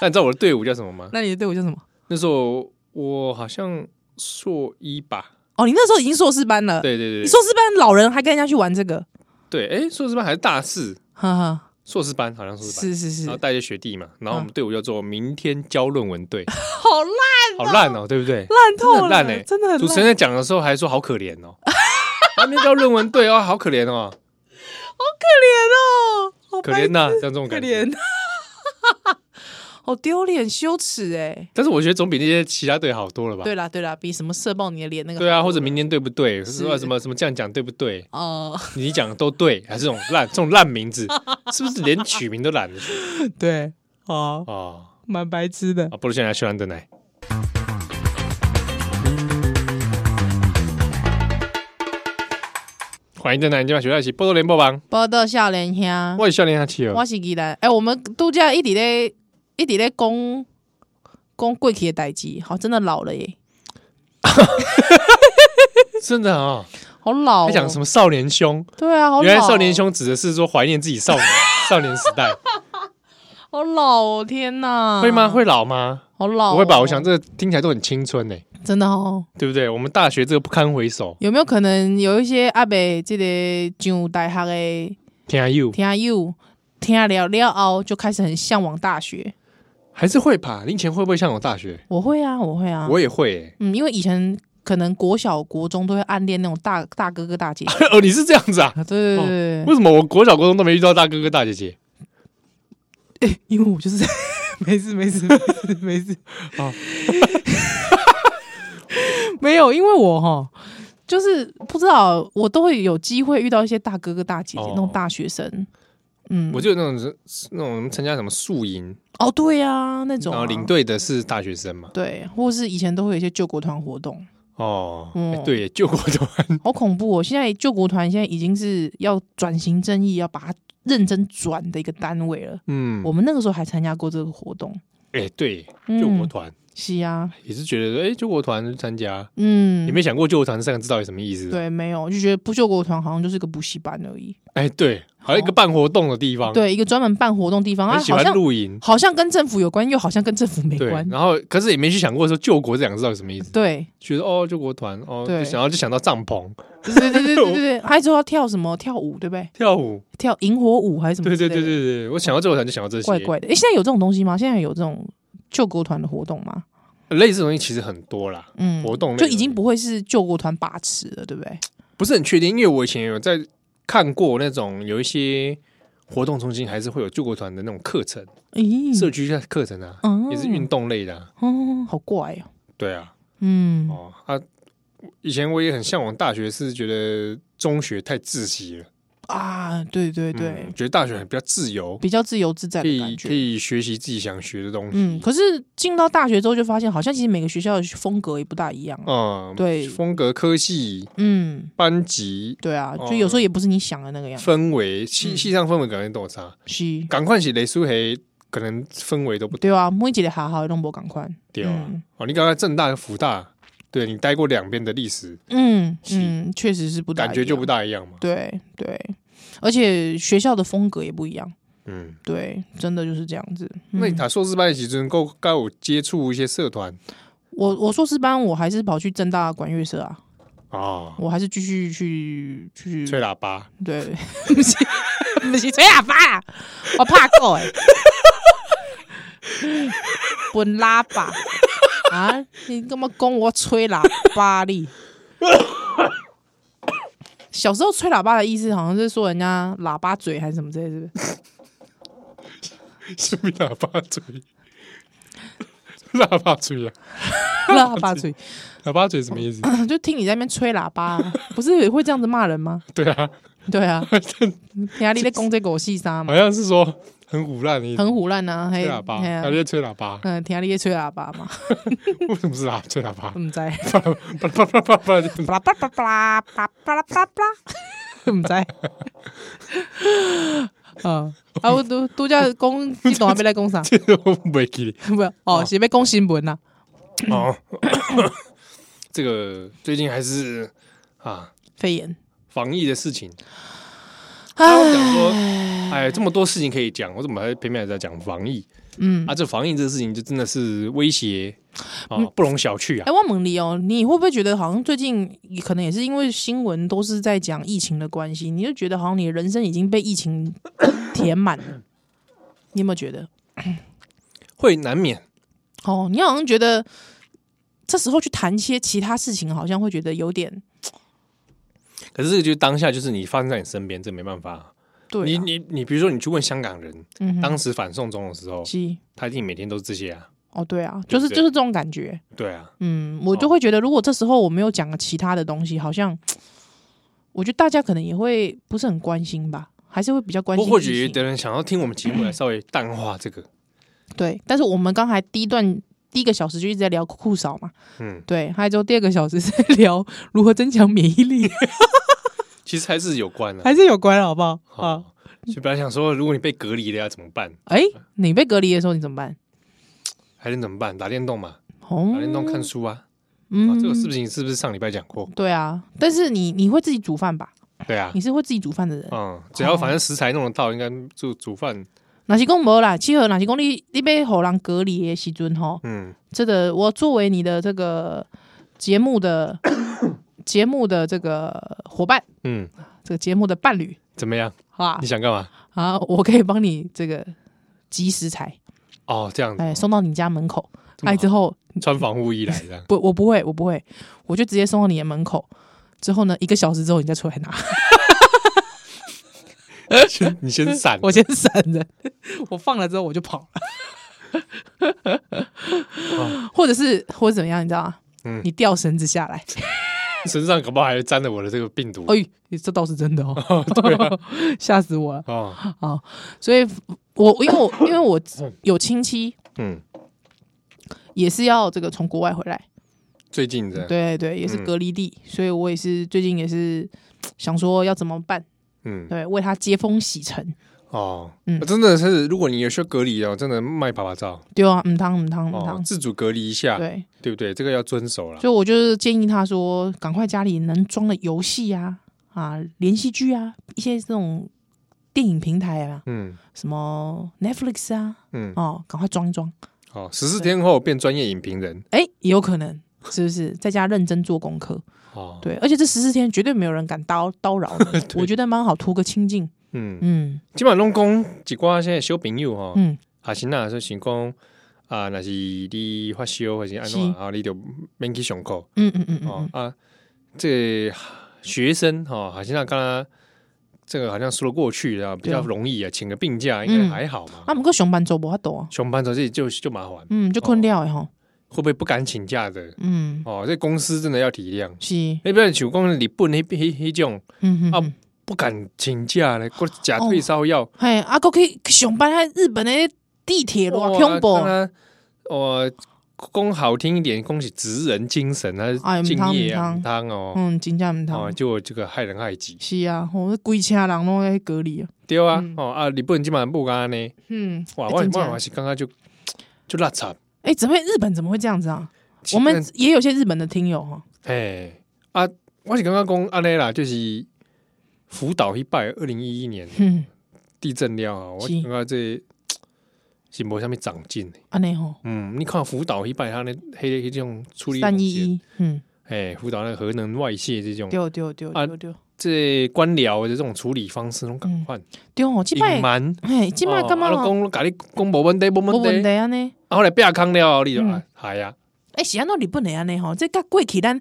Speaker 2: 那你知道我的队伍叫什么吗？
Speaker 1: 那你的队伍叫什么？
Speaker 2: 那时候我好像硕一吧，
Speaker 1: 哦，你那时候已经硕士班了，
Speaker 2: 对对
Speaker 1: 呃你
Speaker 2: 对
Speaker 1: 硕士班老人还跟人家去玩这个，
Speaker 2: 对，哎，硕士班还是大四，
Speaker 1: 哈哈，
Speaker 2: 硕士班好像硕士班，啊
Speaker 1: 是是是，嗯
Speaker 2: 然后
Speaker 1: 好
Speaker 2: 带一些学弟嘛，然后我们队伍叫做明天交论
Speaker 1: [LAUGHS]
Speaker 2: 文队，
Speaker 1: 烂
Speaker 2: 好烂哦，对不对？
Speaker 1: 烂
Speaker 2: 真的
Speaker 1: 透
Speaker 2: 很
Speaker 1: 了，
Speaker 2: 烂欸
Speaker 1: 真的很
Speaker 2: 主持人
Speaker 1: 烂，
Speaker 2: 在讲的时候还说好可怜哦， [LAUGHS] 啊，那叫论文队哦，好可怜哦，
Speaker 1: 可怜哦，好
Speaker 2: 可
Speaker 1: 白 [LAUGHS]
Speaker 2: 怜呐、像这种
Speaker 1: 可
Speaker 2: 感觉。
Speaker 1: 怜， [LAUGHS] 好丢脸，羞耻哎！
Speaker 2: 但是我觉得总比那些其他队好多了吧？
Speaker 1: 对啦对啦，比什么射爆你的脸那个
Speaker 2: 对啊，或者明年对不对？
Speaker 1: 是
Speaker 2: 是吧？什么什么这样讲对不对？
Speaker 1: 哦，
Speaker 2: 你讲的都对， [LAUGHS] 还是这种烂这种烂
Speaker 1: [LAUGHS]
Speaker 2: 名字，是不是连取名都懒得取
Speaker 1: 对哦，
Speaker 2: 哦，
Speaker 1: 蛮白痴的
Speaker 2: 啊，不如现在来秀兰的奶。欢迎邓奶，今晚学校一起波多联播榜，
Speaker 1: 报道少年兄，
Speaker 2: 我是笑脸下企鹅
Speaker 1: 我，是记得哎，我们度假一直咧一直咧讲讲过去的代志，好真的老了耶，
Speaker 2: 真的啊、
Speaker 1: 好老、
Speaker 2: 哦，
Speaker 1: 哦。
Speaker 2: 还讲什么少年兄？
Speaker 1: 对啊，好老。
Speaker 2: 原来少年，兄指的是说怀念自己
Speaker 1: [LAUGHS]
Speaker 2: 少年少年时代，
Speaker 1: 好老哦！天哪，
Speaker 2: 会吗？，会老吗？
Speaker 1: 好老、哦。
Speaker 2: 不会吧？我想这个听起来都很青春呢、
Speaker 1: 真的哦。
Speaker 2: 对不对？我们大学这个不堪回首，
Speaker 1: 有没有可能有一些阿伯这个上大学的
Speaker 2: 天 you
Speaker 1: 听友听了了后，就开始很向往大学？
Speaker 2: 还是会吧？你以前会不会像我大学？
Speaker 1: 我会啊，我会啊，
Speaker 2: 我也会、欸， [LAUGHS]
Speaker 1: 嗯，因为以前可能国小国中都会暗恋那种大大哥哥大姐姐，
Speaker 2: 哦，你是这样子啊？
Speaker 1: 啊对对对对
Speaker 2: 为什么我国小、国中都没遇到大哥哥、大姐姐？
Speaker 1: 对，哎因为我就是 [LAUGHS] 没事没事没事没
Speaker 2: [LAUGHS]
Speaker 1: 事
Speaker 2: 哦
Speaker 1: [LAUGHS] 没有，因为我哈。就是不知道，我都会有机会遇到一些大哥哥大姐姐，
Speaker 2: 哦
Speaker 1: 那种大学生，嗯
Speaker 2: 我，就有那种是那种参加什么宿营，
Speaker 1: 哦，对呀、啊，那种、
Speaker 2: 然
Speaker 1: 啊、
Speaker 2: 后哦领队的是大学生嘛。
Speaker 1: 对，或是以前都会有一些救国团活动，
Speaker 2: 哦，
Speaker 1: 嗯
Speaker 2: 哎对耶，救国
Speaker 1: [LAUGHS]
Speaker 2: 团
Speaker 1: 好恐怖哦！现在救国团现在已经是要转型正义，要把它认真转的一个单位了。
Speaker 2: 嗯
Speaker 1: 我，们那个时候还参加过这个活动，
Speaker 2: 哎，对耶，
Speaker 1: 嗯
Speaker 2: 救国团
Speaker 1: 是啊，
Speaker 2: 也是觉得，哎，救国团就参加，
Speaker 1: 嗯，
Speaker 2: 也没想过救国团这三个字到底什么意思？，
Speaker 1: 对，没有，就觉得不救国团好像就是个补习班而已，
Speaker 2: 哎，对，好像一个办活动的地方，
Speaker 1: 哦对，一个专门办活动地方啊，
Speaker 2: 很哎喜
Speaker 1: 好
Speaker 2: 欢
Speaker 1: 像
Speaker 2: 露营，
Speaker 1: 好像跟政府有关，又好像跟政府没
Speaker 2: 对，
Speaker 1: 关，
Speaker 2: 然后可是也没去想过说救国这两个字到底什么意思，
Speaker 1: 对，
Speaker 2: 觉得哦救国团哦，
Speaker 1: 对
Speaker 2: 就想要就想到帐篷
Speaker 1: 对对对对对
Speaker 2: [LAUGHS]
Speaker 1: 对，还说要跳什么跳舞，对不对？
Speaker 2: 跳舞，
Speaker 1: 跳萤火舞还是什么？
Speaker 2: 对对对对，对，我想到救国团就想到这些，
Speaker 1: 嗯怪怪的。哎、现在有这种东西吗？现在有这种救国团的活动吗？
Speaker 2: 类似的东西其实很多啦，
Speaker 1: 嗯，
Speaker 2: 活动类
Speaker 1: 就
Speaker 2: 的
Speaker 1: 已经不会是救国团把持了，对不对？
Speaker 2: 不是很确定，因为我以前有在看过那种有一些活动中心还是会有救国团的那种课程，
Speaker 1: 咦
Speaker 2: 社区课程啊，
Speaker 1: 嗯
Speaker 2: 也是运动类的啊、
Speaker 1: 哦，好怪哦。
Speaker 2: 对啊，
Speaker 1: 嗯，
Speaker 2: 哦啊，以前我也很向往大学，是觉得中学太窒息了，
Speaker 1: 啊，对对对，
Speaker 2: 嗯觉得大学很比较自由，
Speaker 1: 比较自由自在
Speaker 2: 可
Speaker 1: 的感
Speaker 2: 以可
Speaker 1: 觉。
Speaker 2: 以学习自己想学的东西，
Speaker 1: 嗯，可是进到大学之后，就发现好像其实每个学校的风格也不大一样啊。
Speaker 2: 嗯，
Speaker 1: 对
Speaker 2: 风格、科系、
Speaker 1: 嗯，
Speaker 2: 班级、
Speaker 1: 对啊，
Speaker 2: 哦
Speaker 1: 就有时候也不是你想的那个样子。
Speaker 2: 氛围，系
Speaker 1: 嗯
Speaker 2: 系上氛围可能都有差，
Speaker 1: 是，
Speaker 2: 赶快是雷书黑，可能氛围都不
Speaker 1: 对啊，每一个好好弄不赶快。
Speaker 2: 对啊。
Speaker 1: 嗯
Speaker 2: 哦，你刚才正大跟福大，对你待过两边的历史，
Speaker 1: 嗯
Speaker 2: 是
Speaker 1: 嗯，确实是不大
Speaker 2: 感觉就不
Speaker 1: 大。
Speaker 2: 大一样嘛。
Speaker 1: 对对，而且学校的风格也不一样。
Speaker 2: 嗯，
Speaker 1: 对，真的就是这样子。嗯
Speaker 2: 那你打硕士班的时阵，够该有接触一些社团
Speaker 1: 我我硕士班我还是跑去正大管乐社啊，
Speaker 2: 啊，
Speaker 1: 我还是继续去去
Speaker 2: 吹喇叭，
Speaker 1: 对， [LAUGHS] 不是不是吹喇叭啦，啊我怕狗 [LAUGHS] 哎、欸，滚喇叭啊！你干嘛跟我吹喇叭哩？小时候吹喇叭的意思好像是说人家喇叭嘴还是什么之类的，是不是？
Speaker 2: 是不是喇叭嘴？ [LAUGHS] 喇叭嘴啊，
Speaker 1: 喇叭嘴， [LAUGHS]
Speaker 2: 喇叭嘴什么意思？ [LAUGHS]
Speaker 1: 就听你在那边吹喇叭、不是会这样子骂人吗？ [LAUGHS]
Speaker 2: 对啊， [LAUGHS]
Speaker 1: 对啊，压力在攻这狗戏杀
Speaker 2: [LAUGHS]
Speaker 1: 嘛
Speaker 2: 好，像是说很腐烂的意思，
Speaker 1: 很胡乱啊，嘿，
Speaker 2: 吹喇叭，
Speaker 1: 嘿啊
Speaker 2: 他就在吹喇叭，
Speaker 1: 嗯，听你在吹喇叭嘛， [LAUGHS]
Speaker 2: 为什么是喇吹喇叭？
Speaker 1: 唔知道。
Speaker 2: 叭叭叭叭叭，就是
Speaker 1: 巴拉巴拉巴拉巴拉巴拉巴拉， [LAUGHS] 唔知。嗯，啊，我拄拄则讲，你懂阿要来讲啥？ [LAUGHS]
Speaker 2: 这个我袂记得。
Speaker 1: 不，哦，是要讲新闻啦。
Speaker 2: 哦，这个最近还是啊，
Speaker 1: 肺炎，
Speaker 2: 防疫的事情。
Speaker 1: 啊
Speaker 2: 我想说
Speaker 1: 唉，
Speaker 2: 哎，这么多事情可以讲，我怎么还偏偏还在讲防疫
Speaker 1: 嗯，
Speaker 2: 啊？这防疫这个事情就真的是威胁啊，不容小觑啊
Speaker 1: 哎，。我问你哦，你会不会觉得好像最近也可能也是因为新闻都是在讲疫情的关系，你就觉得好像你的人生已经被疫情填满 [LAUGHS] 了？你有没有觉得？
Speaker 2: 会难免
Speaker 1: 哦，你好像觉得这时候去谈一些其他事情，好像会觉得有点
Speaker 2: 可是这个就当下就是你发生在你身边，这没办法。
Speaker 1: 对啊、
Speaker 2: 你你你，比如说你去问香港人，
Speaker 1: 嗯哼
Speaker 2: 当时哦反送中的时候，
Speaker 1: 是
Speaker 2: 他一定每天都是这些啊。
Speaker 1: 哦，对啊，
Speaker 2: 对
Speaker 1: 就
Speaker 2: 不
Speaker 1: 是
Speaker 2: 对
Speaker 1: 就是这种感觉。
Speaker 2: 对啊，
Speaker 1: 嗯，我就会觉得，如果这时候我没有讲个其他的东西，好像我觉得大家可能也会不是很关心吧，还是会比较关
Speaker 2: 或
Speaker 1: 心疫情。
Speaker 2: 或许有的人想要听我们节目来稍微淡化这个，
Speaker 1: 对，但是我们刚才第一段第一个小时就一直在聊酷少嘛，
Speaker 2: 嗯，
Speaker 1: 对，还有之后第二个小时是 [LAUGHS] 在聊如何增强免疫力，
Speaker 2: 其实还是有关的
Speaker 1: 还是有关了，好不好？啊，
Speaker 2: 啊。就本来想说，如果你被隔离了要怎么办？
Speaker 1: 哎、你被隔离的时候你怎么办？
Speaker 2: 还能怎么办？打电动嘛，
Speaker 1: 哦
Speaker 2: 打电动看书啊。啊
Speaker 1: 嗯，
Speaker 2: 这个事情是不是上礼拜讲过？
Speaker 1: 对啊，但是你你会自己煮饭吧？
Speaker 2: 对啊
Speaker 1: 你，是会自己煮饭的人。
Speaker 2: 嗯，只
Speaker 1: 哦
Speaker 2: 要反正食材弄得到，应该就煮饭。
Speaker 1: 若是讲无啦，契合若是讲你你被互人隔离的时阵吼，
Speaker 2: 嗯，
Speaker 1: 这个我作为你的这个节目
Speaker 2: [COUGHS]
Speaker 1: 的节目的这个伙伴，
Speaker 2: 嗯，
Speaker 1: 这个节目的伴侣，
Speaker 2: 怎么样？
Speaker 1: 好吧
Speaker 2: 你？想干嘛？
Speaker 1: 啊，我可以帮你这个集食材，
Speaker 2: 哦，这样子，嗯
Speaker 1: 哎，送到你家门口，爱之后，
Speaker 2: 穿防护衣来
Speaker 1: [LAUGHS]，
Speaker 2: 这样
Speaker 1: 不，我不会，我不会，我就直接送到你的门口。之后呢，一个小时之后你再出来
Speaker 2: [LAUGHS]
Speaker 1: 拿，
Speaker 2: 你先闪，
Speaker 1: 我先闪着，我放了之后我就跑了，或者是或者怎么样，你知道吗？
Speaker 2: 嗯
Speaker 1: 你吊绳子下
Speaker 2: [LAUGHS]
Speaker 1: 来，
Speaker 2: 身上搞不好还沾了我的这个病毒
Speaker 1: 哎，这倒是真的
Speaker 2: [LAUGHS]
Speaker 1: 哦，
Speaker 2: 啊
Speaker 1: [LAUGHS] 吓死我了
Speaker 2: 哦，
Speaker 1: 啊！所以我，因为我
Speaker 2: [LAUGHS]
Speaker 1: 因为我有亲戚
Speaker 2: 嗯，
Speaker 1: 也是要这个从国外回来，
Speaker 2: 最近这样，
Speaker 1: 对对，也是
Speaker 2: 嗯
Speaker 1: 隔离地，所以我也是最近也是想说要怎么办，
Speaker 2: 嗯，
Speaker 1: 对，为他接风洗尘，
Speaker 2: 哦，
Speaker 1: 嗯
Speaker 2: 真的是，如果你有需要隔离哦，真的卖啪啪照
Speaker 1: 对啊，嗯汤嗯汤嗯
Speaker 2: 哦啊
Speaker 1: 汤，，
Speaker 2: 自主隔离一下，
Speaker 1: 对，
Speaker 2: 对不对？这个要遵守了
Speaker 1: 所，以我就是建议他说，赶快家里能装的游戏啊啊，连续剧啊，一些这种电影平台啊，
Speaker 2: 嗯
Speaker 1: 什么 Netflix 啊，
Speaker 2: 嗯，
Speaker 1: 哦，赶快装一装，
Speaker 2: 好，十四天后变专业影评人
Speaker 1: 哎，也有可能。是不是在家认真做功课？
Speaker 2: 哦，
Speaker 1: 对，而且这十四天绝对没有人敢叨叨扰
Speaker 2: [LAUGHS]
Speaker 1: 你啊我觉得蛮好，图个清净。
Speaker 2: 嗯，
Speaker 1: 嗯
Speaker 2: 基本上拢讲一寡现在小朋友哈，
Speaker 1: 嗯，
Speaker 2: 啊，是那说想讲啊，若是你发烧或是安怎
Speaker 1: 是
Speaker 2: 啊，你就免去上课
Speaker 1: 嗯嗯嗯嗯
Speaker 2: 哦
Speaker 1: 嗯，
Speaker 2: 啊，这个学生哈，好像刚刚这个好像说得过去啊，比较
Speaker 1: 对
Speaker 2: 容易啊，请个病假应该
Speaker 1: 嗯
Speaker 2: 还好嘛。
Speaker 1: 啊，不过熊班周无法度啊，
Speaker 2: 熊班长这里就就麻烦，
Speaker 1: 嗯，就困掉的吼，
Speaker 2: 会不会不敢请假的？
Speaker 1: 嗯，
Speaker 2: 哦，这公司真的要体谅。
Speaker 1: 是，嗯
Speaker 2: 那边像讲日本那边那种
Speaker 1: 嗯
Speaker 2: 啊
Speaker 1: 嗯，
Speaker 2: 不敢请假
Speaker 1: 哦
Speaker 2: 嘞，或假退烧药，
Speaker 1: 嘿，啊，够去去上班，还日本的地铁
Speaker 2: 哇
Speaker 1: 偌恐怖，
Speaker 2: 看他哦，讲好听一点，恭喜职人精神
Speaker 1: 哎
Speaker 2: 啊，
Speaker 1: 唔
Speaker 2: 敬
Speaker 1: 通
Speaker 2: 业啊，
Speaker 1: 唔
Speaker 2: 唔
Speaker 1: 通
Speaker 2: 汤哦，
Speaker 1: 嗯，真正毋
Speaker 2: 哦，
Speaker 1: 通，
Speaker 2: 就这个害人害己，
Speaker 1: 是啊，吼，规车人拢在隔离啊，
Speaker 2: 对啊
Speaker 1: 嗯，
Speaker 2: 哦啊，日本今晚不干呢，
Speaker 1: 嗯，
Speaker 2: 哇，
Speaker 1: 哎
Speaker 2: 我
Speaker 1: 真
Speaker 2: 我我
Speaker 1: 正
Speaker 2: 是刚刚就就拉惨，
Speaker 1: 哎，怎么会日本怎么会这样子啊？我们也有些日本的听友哈，
Speaker 2: 哎啊，我是刚刚讲安尼啦，就是福岛一拜二零一一年
Speaker 1: 哼，
Speaker 2: 地震了啊，我
Speaker 1: 是
Speaker 2: 感觉这是无啥物长进的。
Speaker 1: 安尼吼，
Speaker 2: 嗯，你看福岛一拜他那黑黑这种处理
Speaker 1: 三一
Speaker 2: 风险
Speaker 1: 一，嗯，
Speaker 2: 哎，辅导那个核能外泄这种，
Speaker 1: 对对对
Speaker 2: 啊
Speaker 1: 对对
Speaker 2: 这官僚的这种处理方式，拢赶快
Speaker 1: 对吼，即摆
Speaker 2: 隐，瞒，
Speaker 1: 嘿，即摆干嘛吼？
Speaker 2: 讲哦啊甲你讲无问题，无
Speaker 1: 无问
Speaker 2: 问
Speaker 1: 题
Speaker 2: 题，
Speaker 1: 安尼，
Speaker 2: 啊后来变康了后，你就
Speaker 1: 嗯
Speaker 2: 啊，系啊，
Speaker 1: 哎，是安怎日本的安尼吼，这甲过去咱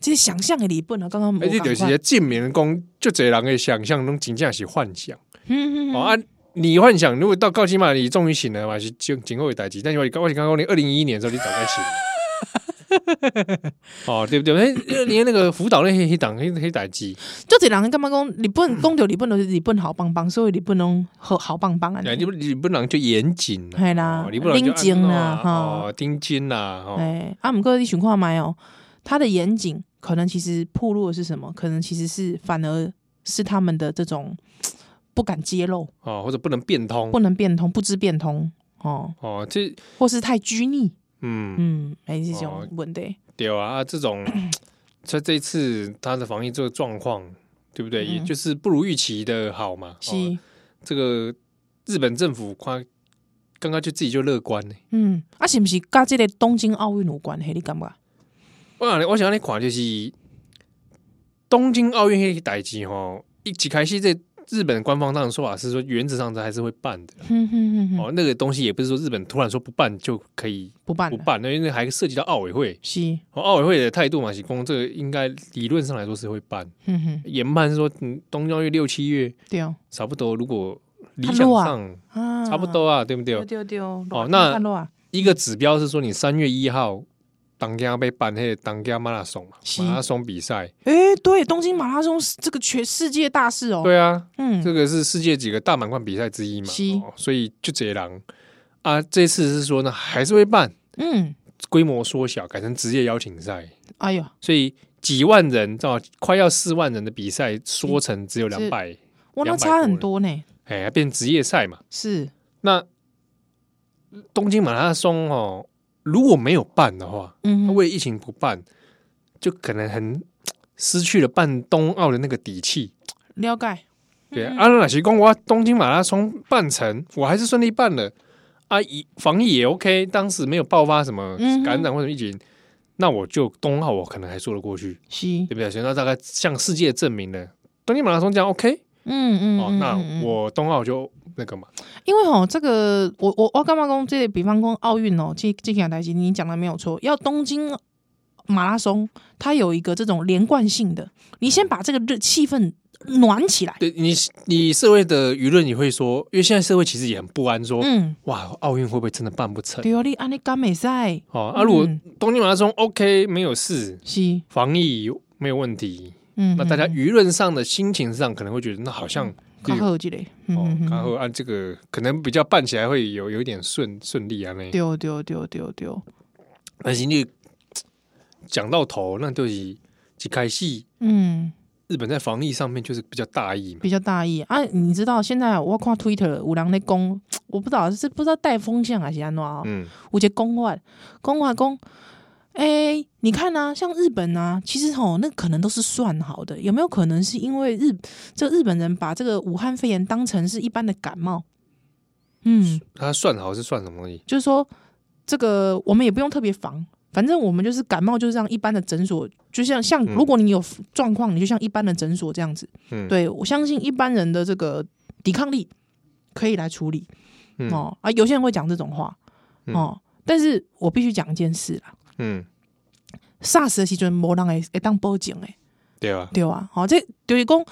Speaker 1: 这想象的日本啊，刚刚无
Speaker 2: 哎，这就
Speaker 1: 共
Speaker 2: 是
Speaker 1: 款
Speaker 2: 在证明讲，就这人的想象拢真正是幻想
Speaker 1: 嗯嗯
Speaker 2: 哦啊。你幻想，如果到高起码你终于醒了嘛，是今今后的代志。但是我我是刚刚你二零一一年的时候，你早该醒了， [LAUGHS] 哦，对不对？哎，连那个辅导那黑黑党黑黑代志，
Speaker 1: 就一人感觉讲日本
Speaker 2: 嗯
Speaker 1: 讲到日本就是日本好棒棒，所以日本拢好好棒棒啊。
Speaker 2: 哎你不你不能就严谨啊
Speaker 1: 系啦
Speaker 2: 哦，你不能
Speaker 1: 冷静啦，哈，
Speaker 2: 啊哈，钉哦金啦，哈，
Speaker 1: 哎，啊，毋过你想看麦哦，他的严谨可能其实暴露的是什么？可能其实是反而是他们的这种嘖不敢揭露、
Speaker 2: 哦，或者不能变通
Speaker 1: 不，能变通、不知变通哦，
Speaker 2: 哦，这，
Speaker 1: 或是太拘泥，
Speaker 2: 嗯，
Speaker 1: 嗯，哎，这
Speaker 2: 哦
Speaker 1: 种问题，
Speaker 2: 对啊啊，这 [COUGHS] 种，在这一次他的防疫这个状况，对不对？
Speaker 1: 嗯
Speaker 2: 也就是不如预期的好嘛。
Speaker 1: 是，
Speaker 2: 哦这个日本政府夸，刚刚就自己就乐观呢。
Speaker 1: 嗯，啊，是毋是甲即个东京奥运有关系？你感觉？
Speaker 2: 我想，我想你看就是东京奥运那个代志吼，一起开始这日本官方上的说法是说，原则上这还是会办的。
Speaker 1: 哼哼哼哼，
Speaker 2: 哦，那个东西也不是说日本突然说不办就可以
Speaker 1: 不办
Speaker 2: 不
Speaker 1: 了，
Speaker 2: 办，那因为还涉及到奥委会，
Speaker 1: 是，
Speaker 2: 哦奥委会的态度嘛，是公这个应该理论上来说是会办，
Speaker 1: 哼哼，
Speaker 2: 研判是说嗯，东京奥运六七月
Speaker 1: 嗯对哦
Speaker 2: 差不多，如果理
Speaker 1: 差
Speaker 2: 想
Speaker 1: 不多啊
Speaker 2: 上
Speaker 1: 啊，
Speaker 2: 差不多啊，对不对
Speaker 1: 对？对对，
Speaker 2: 哦
Speaker 1: 哦
Speaker 2: 那
Speaker 1: 那
Speaker 2: 一个指标是说你三月一号当家被办那个当家马拉松嘛，
Speaker 1: 是
Speaker 2: 马拉松比赛，
Speaker 1: 哎，对，东京马拉松是这个全世界大事哦。，
Speaker 2: 对啊，
Speaker 1: 嗯，
Speaker 2: 这个是世界几个大满贯比赛之一嘛
Speaker 1: 是，
Speaker 2: 哦所以就这狼啊，这次是说呢还是会办，
Speaker 1: 嗯，
Speaker 2: 规模缩小，改成职业邀请赛。
Speaker 1: 哎呦，
Speaker 2: 所以几万人到快要四万人的比赛，缩成只有
Speaker 1: 是
Speaker 2: 两百，
Speaker 1: 哇，那
Speaker 2: 200
Speaker 1: 差很多呢。
Speaker 2: 哎，变职业赛嘛。
Speaker 1: 是，
Speaker 2: 那东京马拉松哦，如果没有办的话，
Speaker 1: 嗯
Speaker 2: 他
Speaker 1: 哼，
Speaker 2: 为了疫情不办，就可能很失去了办冬奥的那个底气。
Speaker 1: 了解。
Speaker 2: 对，啊
Speaker 1: 嗯
Speaker 2: 阿拉纳奇公，我东京马拉松办成，我还是顺利办了。啊，以防疫也 OK，当时没有爆发什么
Speaker 1: 嗯哼
Speaker 2: 感染或者疫情，那我就冬奥我可能还说得过去。
Speaker 1: 是，
Speaker 2: 对不对？所以那大概向世界证明了东京马拉松这样 OK
Speaker 1: 嗯嗯，
Speaker 2: 哦，
Speaker 1: 嗯
Speaker 2: 那
Speaker 1: 嗯嗯
Speaker 2: 我冬奥就那个嘛，
Speaker 1: 因为吼，这个我我我干嘛讲这个？比方讲奥运哦，这这件代志你讲的没有错。要东京马拉松，它有一个这种连贯性的，你先把这个热气氛暖起来。
Speaker 2: 对你你社会的舆论，你会说，因为现在社会其实也很不安说，
Speaker 1: 嗯，
Speaker 2: 哇，奥运会不会真的办不成？
Speaker 1: 对哦，你安尼干美赛
Speaker 2: 哦，啊，如果
Speaker 1: 嗯
Speaker 2: 东京马拉松 OK 没有事，
Speaker 1: 是，
Speaker 2: 防疫没有问题，
Speaker 1: 嗯，
Speaker 2: 那大家
Speaker 1: 嗯
Speaker 2: 舆论上的心情上可能会觉得，那好像
Speaker 1: 嗯较好一个，
Speaker 2: 哦
Speaker 1: 嗯，嗯，
Speaker 2: 然后
Speaker 1: 嗯
Speaker 2: 按这个可能比较办起来会有有一点顺顺利啊那。
Speaker 1: 对对对对对，
Speaker 2: 但是你讲到头，那就是一开始
Speaker 1: 嗯，
Speaker 2: 日本在防疫上面就是比较大意嘛，
Speaker 1: 比较大意啊。你知道现在我看 Twitter 有人在讲，我不知道是不知道带风向还是安怎哦。
Speaker 2: 嗯，
Speaker 1: 有一个公话，公话公，诶，你看啊，像日本啊，其实吼，那可能都是算好的，有没有可能是因为日这日本人把这个武汉肺炎当成是一般的感冒？嗯，
Speaker 2: 他算好是算什么东西？
Speaker 1: 就是说这个我们也不用特别防，反正我们就是感冒，就是让一般的诊所，就像像
Speaker 2: 嗯
Speaker 1: 如果你有状况，你就像一般的诊所这样子。
Speaker 2: 嗯
Speaker 1: 对我相信一般人的这个抵抗力可以来处理。
Speaker 2: 嗯
Speaker 1: 哦啊，有些人会讲这种话
Speaker 2: 嗯
Speaker 1: 哦，但是我必须讲一件事啦。
Speaker 2: 嗯，
Speaker 1: SARS 的时阵无人会会当报警诶，
Speaker 2: 对啊，
Speaker 1: 对啊，好、这就是讲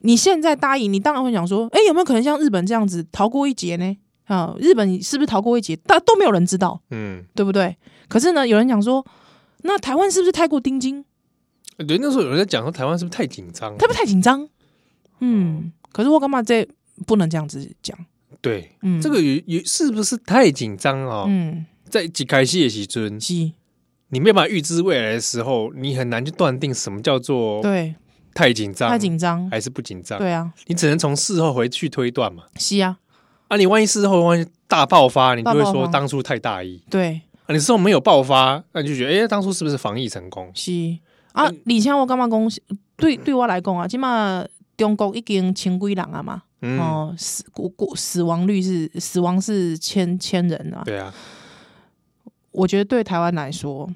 Speaker 1: 你现在答应，你当然会想说，诶，有没有可能像日本这样子逃过一劫呢？啊、日本是不是逃过一劫？大都没有人知道，
Speaker 2: 嗯，
Speaker 1: 对不对？可是呢，有人讲说，那台湾是不是太过盯紧？
Speaker 2: 对，那时候有人在讲说台湾是不是太紧张
Speaker 1: 太？不太紧张？嗯，可是我干嘛这不能这样子讲？
Speaker 2: 对，
Speaker 1: 嗯，
Speaker 2: 这个有有是不是太紧张啊？
Speaker 1: 嗯
Speaker 2: 在一开始的时尊，
Speaker 1: 是，
Speaker 2: 你没办法预知未来的时候，你很难去断定什么叫做
Speaker 1: 对，
Speaker 2: 太紧
Speaker 1: 哦
Speaker 2: 张，
Speaker 1: 太紧张，
Speaker 2: 还是不紧张，
Speaker 1: 对啊，
Speaker 2: 你只能从事后回去推断嘛。
Speaker 1: 是啊，
Speaker 2: 啊，你万一事后万一大爆发，你就会
Speaker 1: 大爆
Speaker 2: 说
Speaker 1: 发
Speaker 2: 当初太大意。
Speaker 1: 对，
Speaker 2: 啊，你事后没有爆发，那你就觉得，哎、当初是不是防疫成功？
Speaker 1: 是啊，而
Speaker 2: 嗯
Speaker 1: 且我感觉讲是，对对我来讲啊，即码中国已经千几人啊嘛，
Speaker 2: 嗯，
Speaker 1: 哦，死过过死亡率是死亡是千千人啊。
Speaker 2: 对啊，
Speaker 1: 我觉得对台湾来说，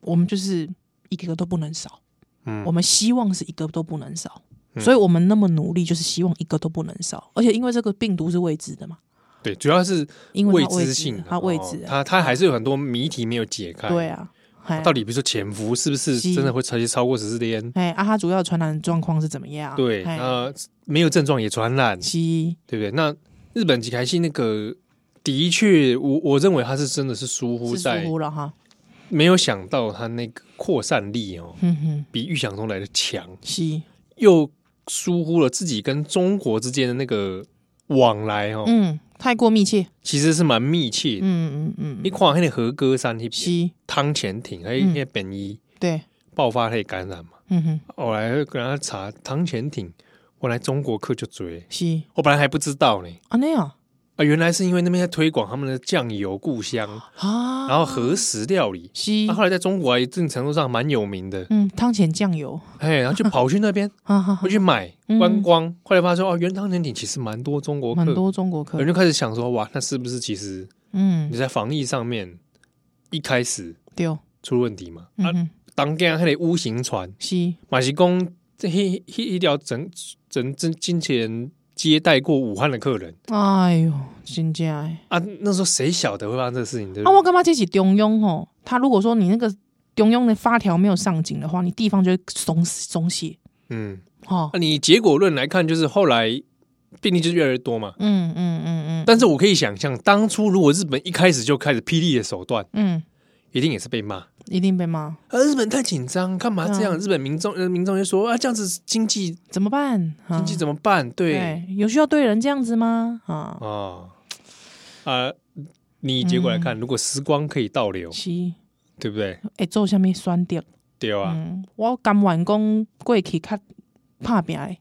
Speaker 1: 我们就是一个都不能少，
Speaker 2: 嗯，
Speaker 1: 我们希望是一个都不能少，
Speaker 2: 嗯
Speaker 1: 所以我们那么努力，就是希望一个都不能少。而且因为这个病毒是未知的嘛，
Speaker 2: 对，主要是
Speaker 1: 因为它
Speaker 2: 知性
Speaker 1: 的
Speaker 2: 啊，
Speaker 1: 它未知
Speaker 2: 哦
Speaker 1: 啊，
Speaker 2: 它它还是有很多谜题没有解开。
Speaker 1: 对，啊，哎
Speaker 2: 到底比如说潜伏是不是
Speaker 1: 是
Speaker 2: 真的会超超过十四天？
Speaker 1: 哎啊，它主要传染状况是怎么样？
Speaker 2: 对，
Speaker 1: 哎
Speaker 2: 那没有症状也传染，
Speaker 1: 是
Speaker 2: 对不对？那日本吉开系那个的确，我我认为它是真的是疏忽
Speaker 1: 是
Speaker 2: 在
Speaker 1: 疏忽了哈，
Speaker 2: 没有想到它那个扩散力哦，
Speaker 1: 哼哼，
Speaker 2: 比预想中来的强，
Speaker 1: 是。
Speaker 2: 又疏忽了自己跟中国之间的那个往来哦，
Speaker 1: 嗯，太过密切。
Speaker 2: 其实是蛮密切的。
Speaker 1: 嗯嗯
Speaker 2: 你
Speaker 1: 嗯，
Speaker 2: 看那个和歌山那边
Speaker 1: 是，
Speaker 2: 汤潜艇，还有
Speaker 1: 嗯
Speaker 2: 那本一
Speaker 1: 对，
Speaker 2: 爆发那个感染嘛，
Speaker 1: 嗯哼，
Speaker 2: 后来跟他查汤潜艇，我来中国客就追，
Speaker 1: 是
Speaker 2: 我本来还不知道呢。
Speaker 1: 啊那样
Speaker 2: 啊，原来是因为那边在推广他们的酱油故乡，
Speaker 1: 啊，
Speaker 2: 然后和食料理，
Speaker 1: 是，
Speaker 2: 那、后来在中国啊，一定程度上蛮有名的，
Speaker 1: 嗯，汤前酱油，
Speaker 2: 哎，然后就跑去那边，
Speaker 1: 哈哈哈
Speaker 2: 会，去买
Speaker 1: 啊嗯
Speaker 2: 观光，后来发现哦，原汤潜艇其实蛮多中国客，
Speaker 1: 蛮多中国客
Speaker 2: 人，就开始想说，哇，那是不是其实
Speaker 1: 嗯
Speaker 2: 你，在防疫上面一开始
Speaker 1: 对，哦
Speaker 2: 出问题嘛？
Speaker 1: 嗯
Speaker 2: 啊，
Speaker 1: 哼，
Speaker 2: 当然还得乌行船，
Speaker 1: 是，
Speaker 2: 马西公这一一条整整真金钱接待过武汉的客人
Speaker 1: 哎呦，真正诶，
Speaker 2: 啊，那时候谁晓得会发生这个事情？对不
Speaker 1: 啊，
Speaker 2: 对？
Speaker 1: 我干嘛这是中庸吼？他如果说你那个中庸的发条没有上紧的话，你地方就会松松懈，
Speaker 2: 嗯，
Speaker 1: 哦，
Speaker 2: 那、你结果论来看，就是后来病例就越来越多嘛。
Speaker 1: 嗯嗯嗯嗯，
Speaker 2: 但是我可以想象，当初如果日本一开始就开始霹雳的手段，
Speaker 1: 嗯，
Speaker 2: 一定也是被骂。
Speaker 1: 一定被骂，
Speaker 2: 啊，日本太紧张，干嘛这样？
Speaker 1: 嗯
Speaker 2: 日本民众，呃，民众就说啊，这样子经济
Speaker 1: 怎么办？啊
Speaker 2: 经济怎么办？对
Speaker 1: 对，有需要对人这样子吗？啊，
Speaker 2: 啊啊，你结果来
Speaker 1: 嗯
Speaker 2: 看，如果时光可以倒流，
Speaker 1: 是。
Speaker 2: 对不对？
Speaker 1: 会做虾米选择？
Speaker 2: 对啊，
Speaker 1: 嗯，我甘愿讲过去较拍拼的，嗯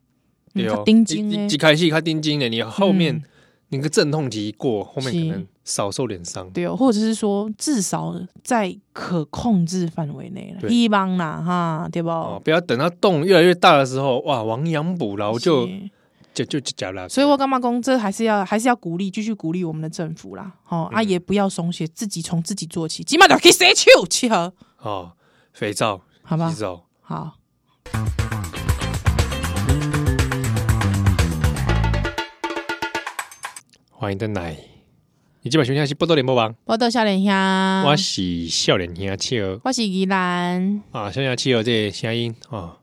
Speaker 2: 对
Speaker 1: 较
Speaker 2: 哦，
Speaker 1: 顶真
Speaker 2: 一一
Speaker 1: 的，
Speaker 2: 开戏开定金的，你后面
Speaker 1: 嗯
Speaker 2: 你个阵痛期过，后
Speaker 1: 是
Speaker 2: 面可能少受点伤。
Speaker 1: 对，哦或者是说至少在可控制范围内了，
Speaker 2: 对
Speaker 1: 希望啦哈，对不？
Speaker 2: 哦，不要等到洞越来越大的时候，哇，亡羊补牢就是就就就假了。
Speaker 1: 所以我干嘛讲这还是要还是要鼓励，继续鼓励我们的政府啦，哦、啊
Speaker 2: 嗯
Speaker 1: 也不要松懈，自己从自己做起，起码就去洗手去喝，
Speaker 2: 哦，肥皂、
Speaker 1: 好吧
Speaker 2: 洗？澡，
Speaker 1: 好，
Speaker 2: 欢迎登来。你今晚收听的是《波多联播网
Speaker 1: 我到笑脸》，乡，
Speaker 2: 我是笑脸兄企鹅
Speaker 1: 我是宜兰，
Speaker 2: 啊，笑脸企鹅这个声音啊，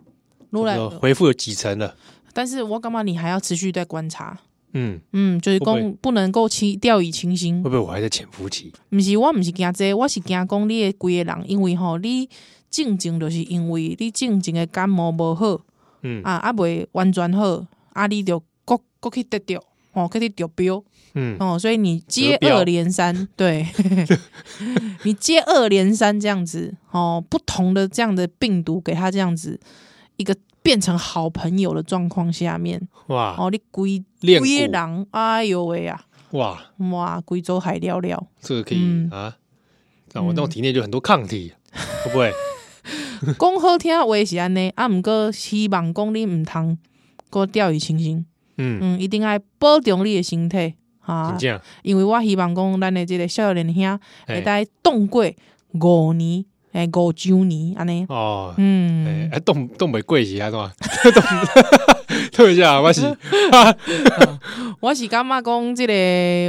Speaker 1: 如来
Speaker 2: 差不，多回复有几层了？
Speaker 1: 但是我感觉你还要持续在观察，
Speaker 2: 嗯，
Speaker 1: 嗯，就是
Speaker 2: 会不
Speaker 1: 讲不能够轻掉以轻心
Speaker 2: 会不，会我还在潜伏期？
Speaker 1: 毋是我毋是惊这个我是惊讲你的规个人，因为吼你进前就是因为你进前的感冒无好，
Speaker 2: 嗯
Speaker 1: 啊啊未完全好，啊你就各各去得着，吼、去去得着标。
Speaker 2: 嗯，
Speaker 1: 哦，所以你接
Speaker 2: 得标
Speaker 1: 二连三，对， [LAUGHS] 你接二连三这样子，哦，不同的这样的病毒给他这样子一个变成好朋友的状况下面，
Speaker 2: 哇，
Speaker 1: 哦，你规
Speaker 2: 练
Speaker 1: 规
Speaker 2: 骨
Speaker 1: 人，哎呦喂啊，
Speaker 2: 哇，
Speaker 1: 哇，规州海聊聊，
Speaker 2: 这个可以
Speaker 1: 嗯
Speaker 2: 啊，让我到体内就很多抗体，会不会？
Speaker 1: [LAUGHS] 讲好听的话是安尼，啊，毋过希望讲你毋通过掉以轻心，
Speaker 2: 嗯，
Speaker 1: 嗯，一定爱保重你的身体啊
Speaker 2: 请，这样，
Speaker 1: 因为我希望讲咱的这个少年兄。会
Speaker 2: 哎
Speaker 1: 大冻过五年，诶，五周年安尼。
Speaker 2: 哦，哎
Speaker 1: 嗯，，
Speaker 2: 哎动动北贵是啊，是吧？ [LAUGHS] 动动一下，我是
Speaker 1: 我是感觉讲即、个，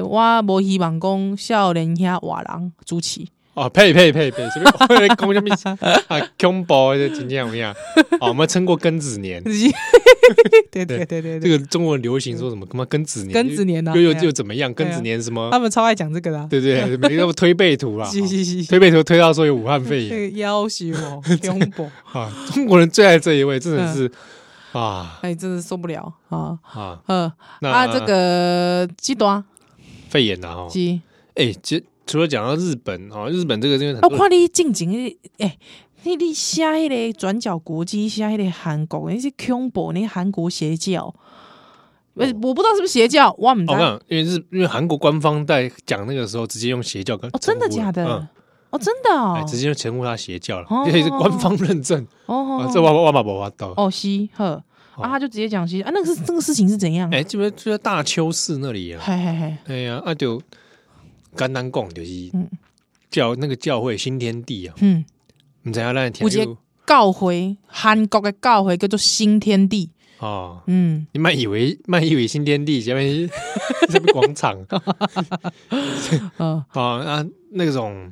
Speaker 1: 我无希望讲少年兄活人主持。
Speaker 2: 哦，呸呸呸呸，随便我在讲什么啊恐怖的今天怎么样？哦，我们撑过庚子年，
Speaker 1: 对对对对对，
Speaker 2: 这个中国人流行说什么？他妈庚子年，
Speaker 1: 庚子年
Speaker 2: [LAUGHS]
Speaker 1: 呐、
Speaker 2: 又又
Speaker 1: 哎呀
Speaker 2: 又怎么样？
Speaker 1: 对啊 [LAUGHS]
Speaker 2: 庚子年什么？
Speaker 1: 他们超爱讲这个的、啊。
Speaker 2: 对不对？每个都推背图啦，
Speaker 1: 是
Speaker 2: 哦
Speaker 1: 是是是，
Speaker 2: 推背图推到说有武汉肺
Speaker 1: 这
Speaker 2: 炎
Speaker 1: 个要挟我 [LAUGHS] 恐怖，
Speaker 2: 啊！中国人最爱这一位，真
Speaker 1: 嗯
Speaker 2: 的是啊
Speaker 1: 哎，真是受不了啊！
Speaker 2: 啊！
Speaker 1: 呃，
Speaker 2: 那
Speaker 1: 啊，这个这段
Speaker 2: 肺炎啊，哦，
Speaker 1: 是，
Speaker 2: 哎，其实除了讲到日本哦，日本这个因为很
Speaker 1: 我
Speaker 2: 多
Speaker 1: 看你进前的，哎，你你写迄个转角国际，写迄个韩国的，你是恐怖，你韩国邪
Speaker 2: 哦
Speaker 1: 教，呃，我不知道是不是邪教，我唔知道。
Speaker 2: 我跟你讲，因为日因为韩国官方在讲那个时候，直接用邪教跟
Speaker 1: 哦，真的
Speaker 2: 称呼了
Speaker 1: 假的？
Speaker 2: 嗯，
Speaker 1: 哦，真的
Speaker 2: 哎
Speaker 1: 哦，
Speaker 2: 直接就称呼他邪教了
Speaker 1: 哦，
Speaker 2: 因为是官方认证
Speaker 1: 哦
Speaker 2: 啊，，这哇哇嘛不哇到。
Speaker 1: 哦西呵
Speaker 2: 哦嗯
Speaker 1: 啊，他就直接讲西啊，那个是这个事情是怎样？嘿
Speaker 2: 哎，基本就在大邱市那里啊，
Speaker 1: 嘿嘿，
Speaker 2: 哎呀，啊就简单讲就是
Speaker 1: 嗯
Speaker 2: 教那个教会新天地啊，
Speaker 1: 嗯，
Speaker 2: 你知影咱听
Speaker 1: 有一
Speaker 2: 有
Speaker 1: 个教会韩国的教会叫做新天地，
Speaker 2: 哦。
Speaker 1: 嗯，
Speaker 2: 你慢以为慢以为新天地下面 [LAUGHS] 什么广
Speaker 1: [LAUGHS]
Speaker 2: 场 [LAUGHS]
Speaker 1: 呃，
Speaker 2: 啊啊那种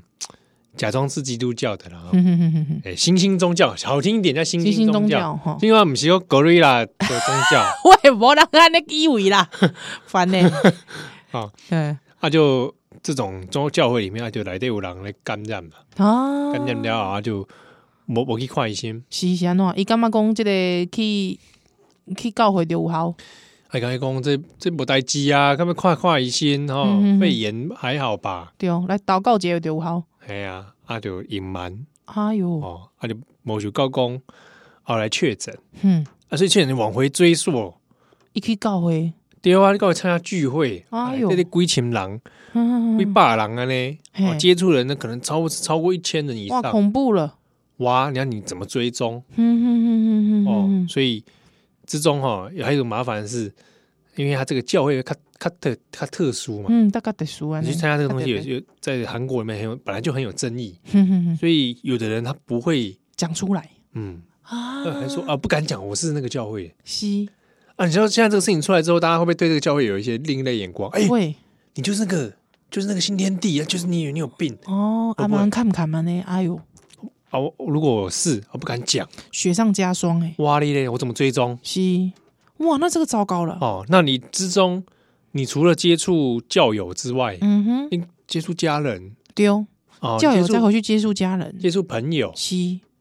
Speaker 2: 假装是基督教的啦，
Speaker 1: 哼哼哼哼哼，
Speaker 2: 哎、新兴宗教好听一点叫新
Speaker 1: 嗯新
Speaker 2: 兴
Speaker 1: 兴
Speaker 2: 宗
Speaker 1: 宗
Speaker 2: 教，
Speaker 1: 教 [LAUGHS] 哈，
Speaker 2: 另外不是有 gorilla 的宗教
Speaker 1: 我也无人安尼以为
Speaker 2: [LAUGHS]
Speaker 1: 啦，烦呢，
Speaker 2: 好，
Speaker 1: 嗯
Speaker 2: 啊就这种宗教会里面啊就来对有人来感染嘛，
Speaker 1: 啊，
Speaker 2: 感染了啊就我我去看医生，
Speaker 1: 是是安怎样？伊感觉讲即个去去教会就有效，
Speaker 2: 还跟他讲这这无代志啊，干嘛看看医生哈、哦
Speaker 1: 嗯嗯嗯
Speaker 2: 肺炎还好吧？
Speaker 1: 对，来祷告节就有效。
Speaker 2: 哎呀、啊，就隐瞒
Speaker 1: 哎哟，
Speaker 2: 哦，啊就某就告公，后来确诊。
Speaker 1: 哼，
Speaker 2: 啊，所以劝人往回追溯，
Speaker 1: 伊去教会，
Speaker 2: 对啊，你搞参加聚会，
Speaker 1: 哎
Speaker 2: 哎
Speaker 1: 呦
Speaker 2: 这些鬼情狼、
Speaker 1: 嗯
Speaker 2: 鬼
Speaker 1: 嗯嗯
Speaker 2: 霸狼啊呢，
Speaker 1: 嘿
Speaker 2: 哦接触人呢可能超超过一千人以
Speaker 1: 哇，
Speaker 2: 上，
Speaker 1: 恐怖了。
Speaker 2: 哇，你看你怎么追踪
Speaker 1: 嗯嗯嗯嗯
Speaker 2: 哦
Speaker 1: 嗯？
Speaker 2: 所以之中哈、哦，还有一种麻烦是，因为他这个教会它它特它特殊嘛，
Speaker 1: 嗯，大概特殊啊，
Speaker 2: 你去参加这个东西有
Speaker 1: 对对嗯
Speaker 2: 有在韩国里面很有本来就很有争议，
Speaker 1: 哼哼哼
Speaker 2: 所以有的人他不会，
Speaker 1: 讲出来
Speaker 2: 嗯，
Speaker 1: 啊
Speaker 2: 还说啊不敢讲我是那个教会。
Speaker 1: 是
Speaker 2: 啊，你知道现在这个事情出来之后，大家会不会对这个教会有一些另类眼光？哎、
Speaker 1: 会
Speaker 2: 你就是那个，就是那个新天地啊，就是你有你有病
Speaker 1: 哦，
Speaker 2: 会
Speaker 1: 阿
Speaker 2: 不会
Speaker 1: 蛮看不看嘛呢？哎呦，
Speaker 2: 啊！我如果我是，啊我不敢讲，
Speaker 1: 雪上加霜哎，
Speaker 2: 哇哩嘞，我怎么追踪？
Speaker 1: 是哇，那这个糟糕了。
Speaker 2: 哦，那你之中，你除了接触教友之外，
Speaker 1: 嗯哼，
Speaker 2: 你接触家人
Speaker 1: 丢
Speaker 2: 哦，
Speaker 1: 教友
Speaker 2: 接
Speaker 1: 再
Speaker 2: 触
Speaker 1: 回去接触家人，
Speaker 2: 接触朋友，
Speaker 1: 是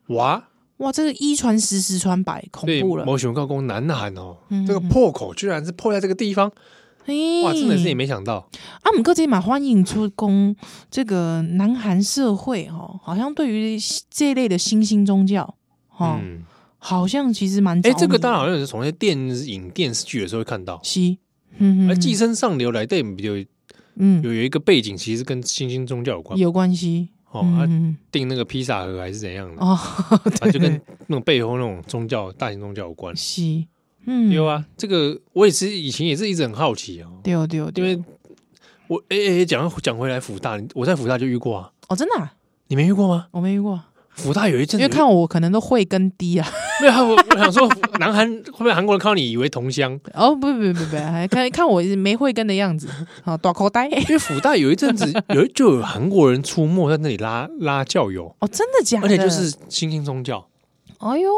Speaker 2: 哇，
Speaker 1: 哇，这个一传十，十传百，恐
Speaker 2: 对，
Speaker 1: 怖了。
Speaker 2: 某雄高工南韩哦，
Speaker 1: 嗯
Speaker 2: 这个破口居然是破在这个地方，哇，
Speaker 1: 哇
Speaker 2: 真的是也没想到，
Speaker 1: 啊，姆过这嘛欢迎出宫，这个南韩社会哦，好像对于这类的新兴宗教哦，
Speaker 2: 嗯，
Speaker 1: 好像其实蛮
Speaker 2: 哎，这个当
Speaker 1: 然
Speaker 2: 然好像是从那些电影电视剧的时候会看到，
Speaker 1: 是，嗯
Speaker 2: 而《
Speaker 1: 嗯
Speaker 2: 寄生上流》来对有有
Speaker 1: 嗯
Speaker 2: 有一个背景，其实跟新兴宗教有关
Speaker 1: 有关系
Speaker 2: 哦，
Speaker 1: 嗯
Speaker 2: 啊
Speaker 1: 嗯
Speaker 2: 订那个披萨盒还是怎样的，
Speaker 1: 哦， [LAUGHS]
Speaker 2: 啊，
Speaker 1: 对，
Speaker 2: 就跟那种背后那种宗教、大型宗教有关。
Speaker 1: 是，嗯，
Speaker 2: 有啊，这个我也是以前也是一直很好奇哦，
Speaker 1: 对，对对
Speaker 2: 因为我哎哎讲讲回来福大，我在福大就遇过啊，
Speaker 1: 哦，真的啊，
Speaker 2: 你没遇过吗？
Speaker 1: 我没遇过，
Speaker 2: 福大有一阵
Speaker 1: 因为
Speaker 2: 子有一，
Speaker 1: 看我可能都会跟低啊， [LAUGHS]
Speaker 2: 没有，我我想说，南韩会不会韩国人看到你以为同乡？
Speaker 1: 哦不不不不，还看看我没慧根的样子，好大口袋
Speaker 2: [LAUGHS] 因为福大有一阵 [LAUGHS] 子有就有韩国人出没在那里拉拉教友，
Speaker 1: 哦，真的假的？
Speaker 2: 而且就是新兴宗教，
Speaker 1: 哎呦，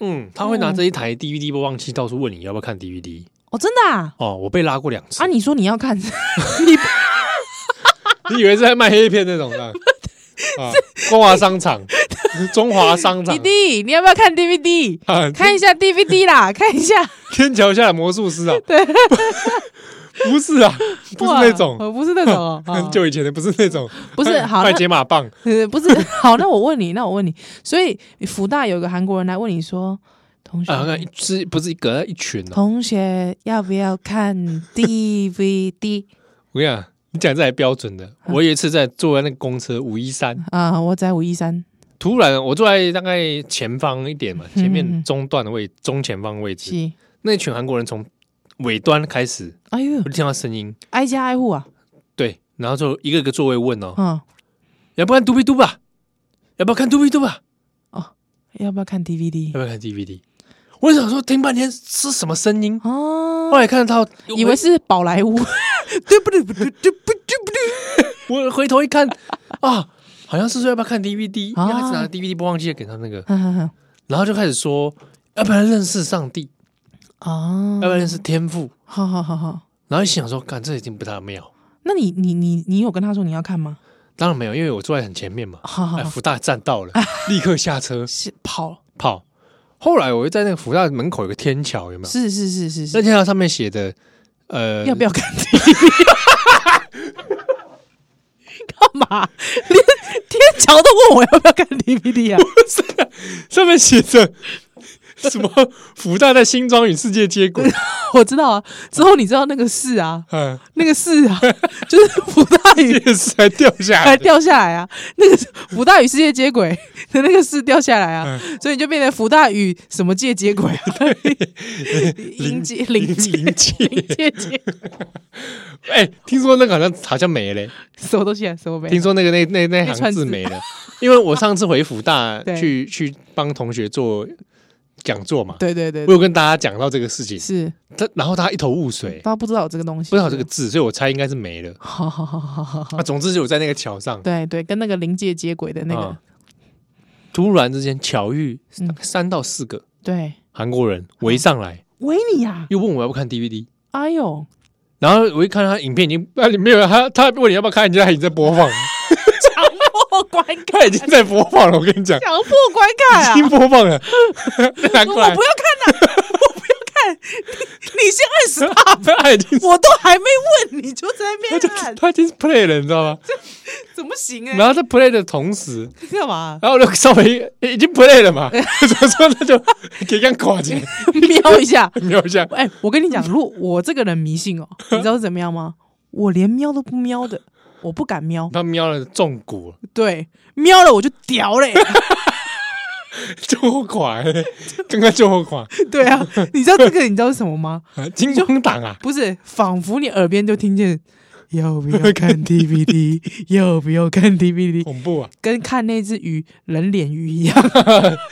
Speaker 2: 嗯，他会拿着一台 DVD 播放器到处问你要不要看 DVD。
Speaker 1: 哦真的啊，
Speaker 2: 哦，我被拉过两次
Speaker 1: 啊，你说你要看，
Speaker 2: 你以为是在卖黑片那 [LAUGHS] 种的？啊，中华商场，中华商场
Speaker 1: 弟，弟你要不要看 DVD？
Speaker 2: 啊，
Speaker 1: 看一下 DVD [LAUGHS] 啦，看一下，
Speaker 2: 天桥下的魔术师啊， [LAUGHS] 对，不 [LAUGHS] 是啊，不是那种
Speaker 1: 哇，呃不是那种哦，
Speaker 2: 很
Speaker 1: 哦
Speaker 2: 久以前的，不是那种，
Speaker 1: 不是好
Speaker 2: 卖
Speaker 1: 那
Speaker 2: 解码棒，
Speaker 1: 呃，不是 [LAUGHS] 好，那我问你，那我问你，所以福大有个韩国人来问你说，同学， [LAUGHS]
Speaker 2: 啊，那一是不是一个一群哦？
Speaker 1: 同学要不要看 DVD
Speaker 2: 我跟你讲，你讲这还标准的。
Speaker 1: 嗯
Speaker 2: 我有一次在坐在那个公车五一三，
Speaker 1: 啊？我在五一三，
Speaker 2: 突然我坐在大概前方一点嘛，前
Speaker 1: 嗯嗯
Speaker 2: 面
Speaker 1: 嗯
Speaker 2: 中段的位中前方位置，
Speaker 1: 是，
Speaker 2: 那群韩国人从尾端开始，
Speaker 1: 哎呦
Speaker 2: 我，就听到声音，
Speaker 1: 挨家挨户啊，
Speaker 2: 对，然后就一个个座位问哦，
Speaker 1: 嗯，
Speaker 2: 要不要看嘟比嘟吧？要不要看嘟比嘟吧？
Speaker 1: 要不要看 DVD
Speaker 2: 要不要看 DVD？我想说听半天是什么声音，
Speaker 1: 哦，
Speaker 2: 后来看到
Speaker 1: 以为是宝莱坞， [LAUGHS] 对不对？不对，对不对？不 [LAUGHS] 对，
Speaker 2: 我回头一看啊，好像是说要不要看 DVD，
Speaker 1: 啊
Speaker 2: 要开始拿 DVD 播放器给他那个，
Speaker 1: 哼哼哼
Speaker 2: 然后就开始说要不要认识上帝，
Speaker 1: 哦
Speaker 2: 要不，然是天赋。
Speaker 1: 好好好好，
Speaker 2: 然后一想说，干这已经不大妙。
Speaker 1: 那你你你你有跟他说你要看吗？
Speaker 2: 当然没有，因为我坐在很前
Speaker 1: [LAUGHS]
Speaker 2: 面嘛。
Speaker 1: 好好
Speaker 2: 哎，
Speaker 1: 好，
Speaker 2: 福大站到了，立刻下车
Speaker 1: 是跑，
Speaker 2: 跑。后来我又在那个福大门口有个天桥，有没有？
Speaker 1: 是是是是
Speaker 2: 那
Speaker 1: 是，
Speaker 2: 天桥上面写的，呃，
Speaker 1: 要不要看 DVD？干嘛？连天桥都问我要不要看 DVD 啊？
Speaker 2: 上面写着 [LAUGHS] 什么？福大在新庄与世界
Speaker 1: [LAUGHS]
Speaker 2: 接轨。
Speaker 1: 我知道啊，之后你知道那个是啊，
Speaker 2: 嗯，
Speaker 1: 那个是啊， [LAUGHS] 就是福大
Speaker 2: [LAUGHS]
Speaker 1: 宇
Speaker 2: 电视还掉下
Speaker 1: 还
Speaker 2: 来。
Speaker 1: 掉下来啊，那个是福大与世界接轨 [LAUGHS] 的那个是掉下来啊，所以你就变成福大与什么界接轨啊？ [LAUGHS] 临界临
Speaker 2: [LAUGHS]
Speaker 1: 界
Speaker 2: 临界
Speaker 1: 临界 [LAUGHS] 接
Speaker 2: 哎，听说那个好像好像没了。
Speaker 1: 什么东西啊？什么没
Speaker 2: 听？说那个那那那
Speaker 1: 那串
Speaker 2: 行
Speaker 1: 字
Speaker 2: 字没了，因为我上次回福大
Speaker 1: [LAUGHS] 对
Speaker 2: 去去帮同学做讲座嘛，
Speaker 1: 对对对
Speaker 2: 我，有跟大家讲到这个事情，
Speaker 1: 是
Speaker 2: 他然后他一头雾水，
Speaker 1: 大家不知道有这个东西，
Speaker 2: 不知道有这个，
Speaker 1: [LAUGHS]
Speaker 2: 字，所以我猜应该是没了。
Speaker 1: 好好好好好好
Speaker 2: 啊，，总之就我在那个桥上，
Speaker 1: 对对，跟那个临界接轨的那个
Speaker 2: 啊，突然之间巧遇
Speaker 1: 嗯
Speaker 2: 三到四个
Speaker 1: 对，
Speaker 2: 韩国人围上来，
Speaker 1: 维尼啊，
Speaker 2: 又问我要不要看 DVD。
Speaker 1: 哎呦，
Speaker 2: 然后我一看他影片已经，那、啊、你没有他，他问你要不要看，人家已经在
Speaker 1: [LAUGHS]
Speaker 2: 播放，
Speaker 1: 破关
Speaker 2: 他已经在播放了。我跟你讲，
Speaker 1: 强迫观看啊
Speaker 2: 已！经播
Speaker 1: [LAUGHS]
Speaker 2: 放了，拿
Speaker 1: 我
Speaker 2: 过
Speaker 1: 不
Speaker 2: 来
Speaker 1: 要看，你你先按 stop，
Speaker 2: [LAUGHS] 他已经
Speaker 1: 我都还没问你就在那
Speaker 2: 他就
Speaker 1: 边按，
Speaker 2: 他已经 play 了，你知道吗？
Speaker 1: 怎么行哎、
Speaker 2: 然后在 play 的同时，
Speaker 1: 你干嘛？
Speaker 2: 然后我就 [LAUGHS] 稍微已经 play 了 [LAUGHS] 嘛，所以说那就 [LAUGHS] 给刚垮 [LAUGHS] 起来，
Speaker 1: [LAUGHS] 瞄一下，
Speaker 2: 瞄一下，
Speaker 1: 哎、我跟你讲，如果我这个人迷信哦，你知道是怎么样吗？我连瞄都不瞄的，我不敢瞄，
Speaker 2: 他瞄了中鼓，
Speaker 1: 对，瞄了我就屌嘞、 [LAUGHS]
Speaker 2: 就后垮，欸刚刚就后垮，
Speaker 1: 对啊，你知道这个你知道是什么吗？
Speaker 2: 金光党啊，
Speaker 1: 不是，仿佛你耳边就听见。 [LAUGHS] 要不要看 DVD？要 [LAUGHS] 不要看 DVD？
Speaker 2: 恐怖啊！
Speaker 1: 跟看那只鱼人脸鱼一样，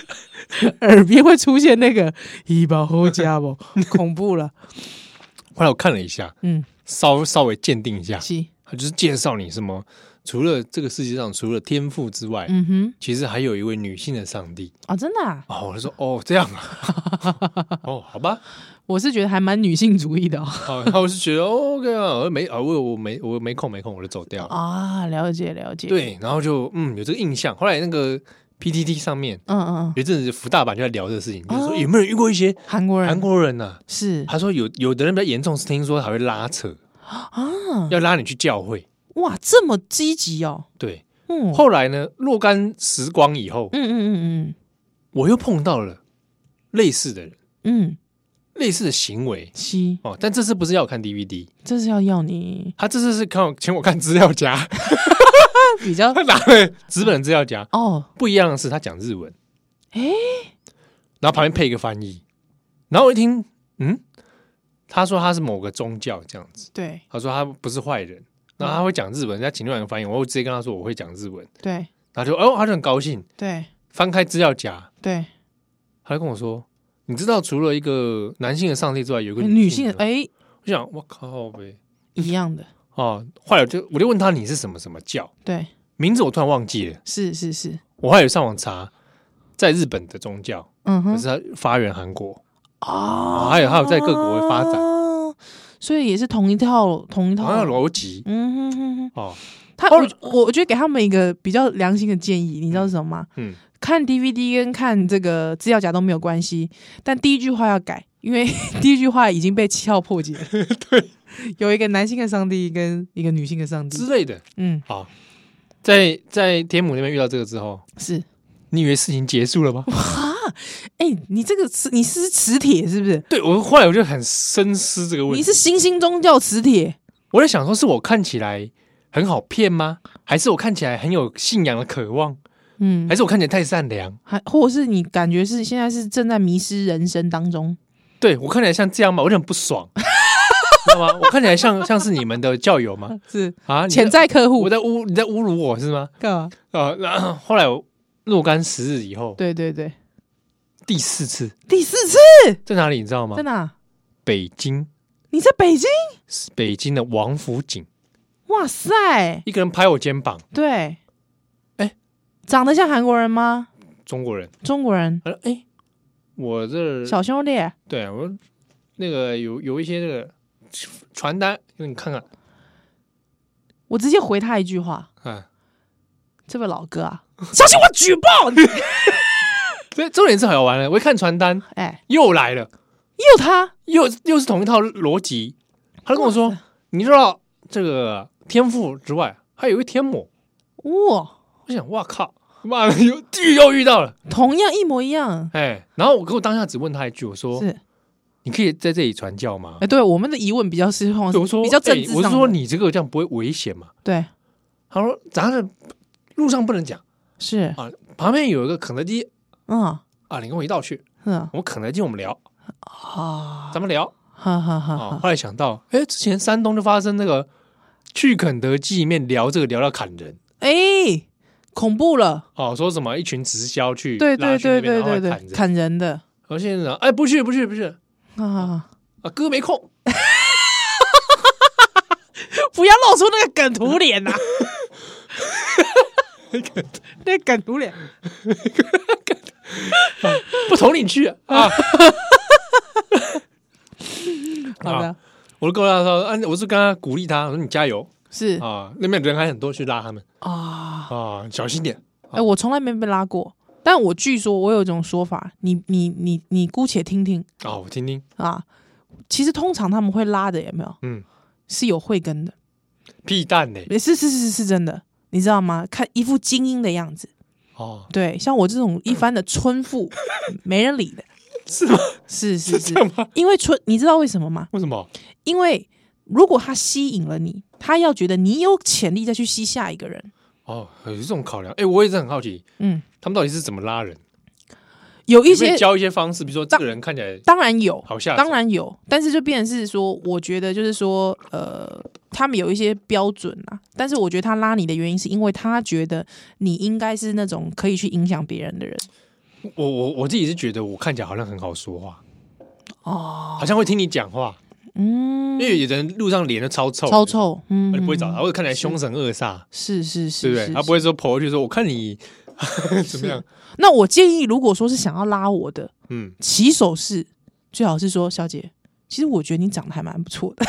Speaker 1: [LAUGHS] 耳边会出现那个一把后加不恐怖了。
Speaker 2: 后来我看了一下，
Speaker 1: 嗯，
Speaker 2: 稍稍微鉴定一
Speaker 1: [LAUGHS]
Speaker 2: 下，
Speaker 1: 是，
Speaker 2: 他就是介绍你什么，除了这个世界上除了天赋之外，
Speaker 1: 嗯哼，
Speaker 2: 其实还有一位女性的上帝
Speaker 1: 哦，真的、啊，
Speaker 2: 哦，我就说哦这样啊， [LAUGHS] 哦好吧，
Speaker 1: 我是觉得还蛮女性主义的哦。
Speaker 2: 好，然后我是觉得哦 OK 啊，我没啊我我没我没空没空，我就走掉了。
Speaker 1: 啊，了解了解，，
Speaker 2: 对，然后就嗯有这个印象。后来那个 PTT 上面
Speaker 1: 嗯嗯，嗯
Speaker 2: 有一阵子福大版就在聊这个事情，就是说
Speaker 1: 哦
Speaker 2: 有没有人遇过一些
Speaker 1: 韩国人，
Speaker 2: 韩国人呐、
Speaker 1: 是
Speaker 2: 他说有有的人比较严重，是听说还会拉扯，
Speaker 1: 啊，
Speaker 2: 要拉你去教会。
Speaker 1: 哇，这么积极哦，
Speaker 2: 对，
Speaker 1: 嗯，
Speaker 2: 后来呢，若干时光以后
Speaker 1: 嗯，嗯嗯
Speaker 2: 我又碰到了类似的人，
Speaker 1: 嗯嗯，
Speaker 2: 类似的行为
Speaker 1: 七，
Speaker 2: 哦，但这次不是要我看 DVD，
Speaker 1: 这是要要你
Speaker 2: 他这次是看我请我看资料夹， [LAUGHS]
Speaker 1: 比较
Speaker 2: 他拿了纸本的资料夹。
Speaker 1: [LAUGHS] 哦，
Speaker 2: 不一样的是，他讲日文，
Speaker 1: 诶
Speaker 2: 然后旁边配一个翻译，然后我一听，嗯，他说他是某个宗教这样子，
Speaker 1: 对
Speaker 2: 他说他不是坏人，然后他会讲日文，人家请另外一个翻译，我会直接跟他说我会讲日文，
Speaker 1: 对
Speaker 2: 然后就哦，他就很高兴，
Speaker 1: 对，
Speaker 2: 翻开资料夹，
Speaker 1: 对，
Speaker 2: 他就跟我说：“你知道除了一个男性的上帝之外，有一个
Speaker 1: 女
Speaker 2: 性
Speaker 1: 性
Speaker 2: 的？”
Speaker 1: 哎、
Speaker 2: 我想，我靠呗！
Speaker 1: 一样的，
Speaker 2: 啊，后来我就我就问他你是什么什么教，
Speaker 1: 对，
Speaker 2: 名字我突然忘记了。
Speaker 1: 是是是，
Speaker 2: 我还有上网查，在日本的宗教，
Speaker 1: 嗯
Speaker 2: 可
Speaker 1: 哼
Speaker 2: 是，它发源韩国，
Speaker 1: 哦
Speaker 2: 啊还有还有在各国的发展
Speaker 1: 展，哦所以也是同一套同一套
Speaker 2: 好像，逻辑
Speaker 1: 嗯哼哼哼，
Speaker 2: 哦，
Speaker 1: 他我我我觉得给他们一个比较良心的建议，你知道是什么吗？
Speaker 2: 嗯，
Speaker 1: 看 DVD 跟看这个资料夹都没有关系，但第一句话要改，因为 [LAUGHS] 第一句话已经被七号破解
Speaker 2: [LAUGHS]
Speaker 1: 了。对，有一个男性的上帝跟一个女性的上帝
Speaker 2: 之，类的。
Speaker 1: 嗯，
Speaker 2: 好，在在天母那边遇到这个之后，
Speaker 1: 是。
Speaker 2: 你以为事情结束 [LAUGHS] 了吗？
Speaker 1: 哎、你这个磁，你是磁铁是不是？
Speaker 2: 对我后来我就很深思这个问
Speaker 1: 你
Speaker 2: 题，
Speaker 1: 是新兴宗教磁铁？
Speaker 2: 我在想说，是我看起来很好骗吗？还是我看起来很有信仰的渴望？
Speaker 1: 嗯
Speaker 2: 还，是我看起来太善良？
Speaker 1: 还或者是你感觉是现在是正在迷失人生当中？
Speaker 2: 对我看起来像这样吗？我有点不 [LAUGHS] 爽，知道吗？我看起来像像是你们的教友吗？
Speaker 1: [LAUGHS] 是
Speaker 2: 啊，你在
Speaker 1: 潜在客户
Speaker 2: 我在侮你在侮辱我是吗？
Speaker 1: 干嘛？
Speaker 2: 啊，然后后来我若干时日以后，
Speaker 1: 对对对，
Speaker 2: 第四次
Speaker 1: 第四次
Speaker 2: 在哪里你知道吗
Speaker 1: 在？哪？
Speaker 2: 北京，
Speaker 1: 你在北京？
Speaker 2: 北京的王府井，
Speaker 1: 哇塞！
Speaker 2: 一个人拍我肩膀，
Speaker 1: 对，
Speaker 2: 哎
Speaker 1: 长得像韩国人吗？
Speaker 2: 中国人，
Speaker 1: 中国人，
Speaker 2: 他说：“哎、我这
Speaker 1: 小兄弟，
Speaker 2: 对我那个有有一些这个传单，你看看
Speaker 1: 我直接回他一句话
Speaker 2: 啊。”：“
Speaker 1: 这位老哥
Speaker 2: [LAUGHS]
Speaker 1: 啊，小心我举报你
Speaker 2: 这重点是好玩了，我一看传单！”
Speaker 1: [LAUGHS] 哎，
Speaker 2: 又来了，
Speaker 1: 又他，
Speaker 2: 又又是同一套逻辑。他就跟我
Speaker 1: 哇
Speaker 2: 说：“你知道这个天赋之外，还有一个天母。
Speaker 1: 哇，”
Speaker 2: 我想，哇靠，妈的，又遇又遇到了。
Speaker 1: 同样一模一样，
Speaker 2: 哎，然后我给我当下只问他一句，我说
Speaker 1: 是。：“
Speaker 2: 你可以在这里传教吗
Speaker 1: 哎，对，我们的疑问比较是？”
Speaker 2: 对我说：“
Speaker 1: 比较政
Speaker 2: 哎
Speaker 1: 治上
Speaker 2: 我
Speaker 1: 的
Speaker 2: 是说你这个这样不会危险吗
Speaker 1: 对，？”
Speaker 2: 他说：“咱是路上不能讲
Speaker 1: 是，
Speaker 2: 啊，旁边有一个肯德基
Speaker 1: 嗯
Speaker 2: 啊，你跟我一道去，
Speaker 1: 嗯
Speaker 2: 我们肯德基我们聊，
Speaker 1: 啊，
Speaker 2: 咱们聊
Speaker 1: 哈哈哈
Speaker 2: 啊。
Speaker 1: 哈，
Speaker 2: 后来想到，哎，之前山东就发生那个去肯德基里面聊这个聊到砍人
Speaker 1: 哎，恐怖了，
Speaker 2: 哦，说什么一群直销去
Speaker 1: 对
Speaker 2: 拉
Speaker 1: 对
Speaker 2: 去
Speaker 1: 对
Speaker 2: 那
Speaker 1: 对
Speaker 2: 边然后
Speaker 1: 对
Speaker 2: 来砍
Speaker 1: 对，
Speaker 2: 人，
Speaker 1: 砍人的
Speaker 2: 而现在呢哎不去不去不去
Speaker 1: 啊，
Speaker 2: 啊，哥没空，
Speaker 1: [LAUGHS] 不要露出那个梗图脸啊呐，那个梗图脸，
Speaker 2: 不同你去啊。
Speaker 1: [LAUGHS] 好
Speaker 2: 啊
Speaker 1: 的，
Speaker 2: 我就跟他说，啊，我是跟他鼓励他，我说你加油
Speaker 1: 是
Speaker 2: 啊，那边人还很多，去拉他们
Speaker 1: 啊。
Speaker 2: 啊，小心点。
Speaker 1: 哎、我从来没被拉过，但我据说我有一种说法，你你你你姑且听听
Speaker 2: 啊，我听听，
Speaker 1: 啊。其实通常他们会拉的，有没有？
Speaker 2: 嗯，
Speaker 1: 是有慧根的，
Speaker 2: 屁蛋呢？
Speaker 1: 是是是是真的，你知道吗？看一副精英的样子，嗯
Speaker 2: 哦，
Speaker 1: 对，像我这种
Speaker 2: 嗯
Speaker 1: 一般的村妇，没人理的，
Speaker 2: 是吗？
Speaker 1: 是是
Speaker 2: 是
Speaker 1: 是
Speaker 2: 这，样吗？
Speaker 1: 因为村，你知道为什么吗？
Speaker 2: 为什么？
Speaker 1: 因为如果他吸引了你，他要觉得你有潜力再去吸下一个人，
Speaker 2: 哦，有这种考量。哎，我也是很好奇，
Speaker 1: 嗯，
Speaker 2: 他们到底是怎么拉人？
Speaker 1: 有一
Speaker 2: 有没
Speaker 1: 些
Speaker 2: 有教一些方式，比如说这个人看起来
Speaker 1: 当然有，
Speaker 2: 好下手，
Speaker 1: 当然有，但是就变成是说，我觉得就是说，呃，他们有一些标准啊。但是我觉得他拉你的原因，是因为他觉得你应该是那种可以去影响别人的人。
Speaker 2: 我我我自己是觉得我看起来好像很好说话，
Speaker 1: 哦，
Speaker 2: 好像会听你讲话，
Speaker 1: 嗯
Speaker 2: 因，为有的人路上脸都超臭，
Speaker 1: 超，臭，嗯，
Speaker 2: 你不会找他，
Speaker 1: 嗯，
Speaker 2: 或者看起来凶神恶煞，
Speaker 1: 是是
Speaker 2: 对
Speaker 1: 是，
Speaker 2: 不对？
Speaker 1: 是
Speaker 2: 他不会。说跑过去说我看你怎么样，
Speaker 1: 是那我建议，如果说是想要拉我的
Speaker 2: [LAUGHS] 嗯，
Speaker 1: 起手式，最好是说，小姐，其实我觉得你长得还蛮不错的。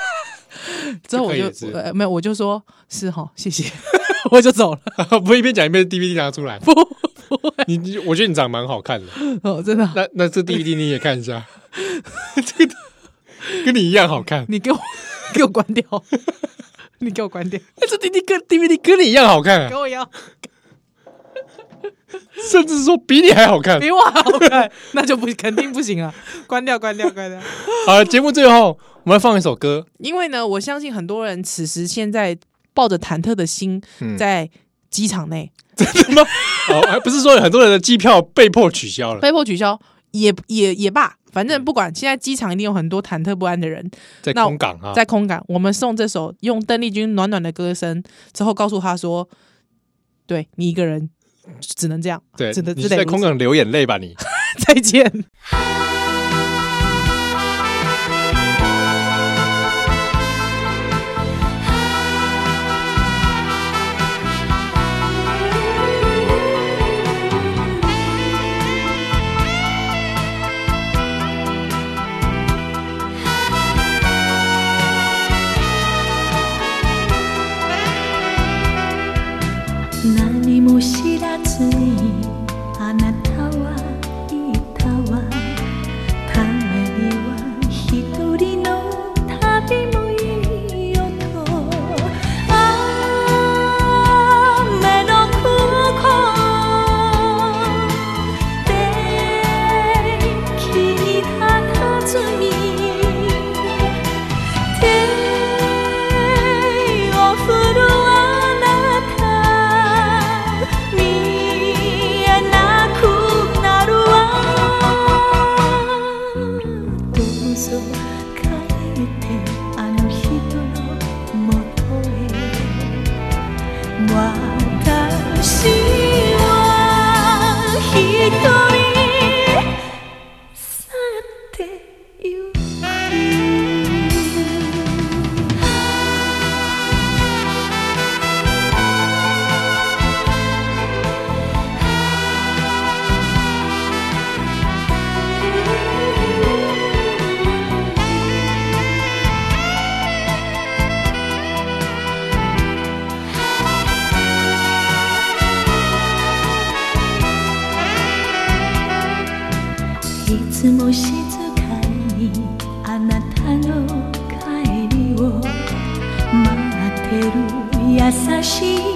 Speaker 1: [LAUGHS] 之后我
Speaker 2: 这
Speaker 1: 就
Speaker 2: 可以是
Speaker 1: 呃没有，我就说是哈，谢谢， [LAUGHS] 我就走了。
Speaker 2: 不会一边讲一边 DVD 拿出
Speaker 1: [LAUGHS]
Speaker 2: 来，不你你我觉得你长得蛮好看的，
Speaker 1: 哦，真的啊，
Speaker 2: 那那这 DVD 你也
Speaker 1: [LAUGHS]
Speaker 2: 看一下，这个跟你一样好看，
Speaker 1: 你给我 [LAUGHS] 给我关掉， [LAUGHS] 你给我关掉，
Speaker 2: 那这 DVD 跟 DVD 跟你一样好看、啊，
Speaker 1: 我 [LAUGHS] 要
Speaker 2: 甚至说比你还好看。
Speaker 1: 比我好看，那就不肯定不行啊！关掉，关掉，关掉。 [LAUGHS]
Speaker 2: [LAUGHS] 好了，节目最后我们来放一首歌，
Speaker 1: 因为呢，我相信很多人此时现在抱着忐忑的心，
Speaker 2: 嗯
Speaker 1: 在机场内
Speaker 2: 哦，还不是说有很多人的机票被迫取消
Speaker 1: [LAUGHS]
Speaker 2: 了，
Speaker 1: 被迫取消，也也也罢，反
Speaker 2: 嗯
Speaker 1: 正不管，现在机场一定有很多忐忑不安的人
Speaker 2: 在
Speaker 1: 那我
Speaker 2: 空港啊，
Speaker 1: 在空港。我们送这首用邓丽君暖暖的歌声之后，告诉他说：“对你一个人只能这样，
Speaker 2: 对，
Speaker 1: 只能
Speaker 2: 你
Speaker 1: 只
Speaker 2: 是
Speaker 1: 得
Speaker 2: 在
Speaker 1: 如
Speaker 2: 空
Speaker 1: 此
Speaker 2: 港流眼泪吧你？
Speaker 1: 再见。
Speaker 3: 何も知らずにあなたはいたわたまには一人の旅もいいよと雨の空港で君たたずみ手を振るあなた見えなくなるわどうぞ帰ってあの人のもとへ私は一人去ってゆくいつも静かにあなたの帰りを待ってる優しい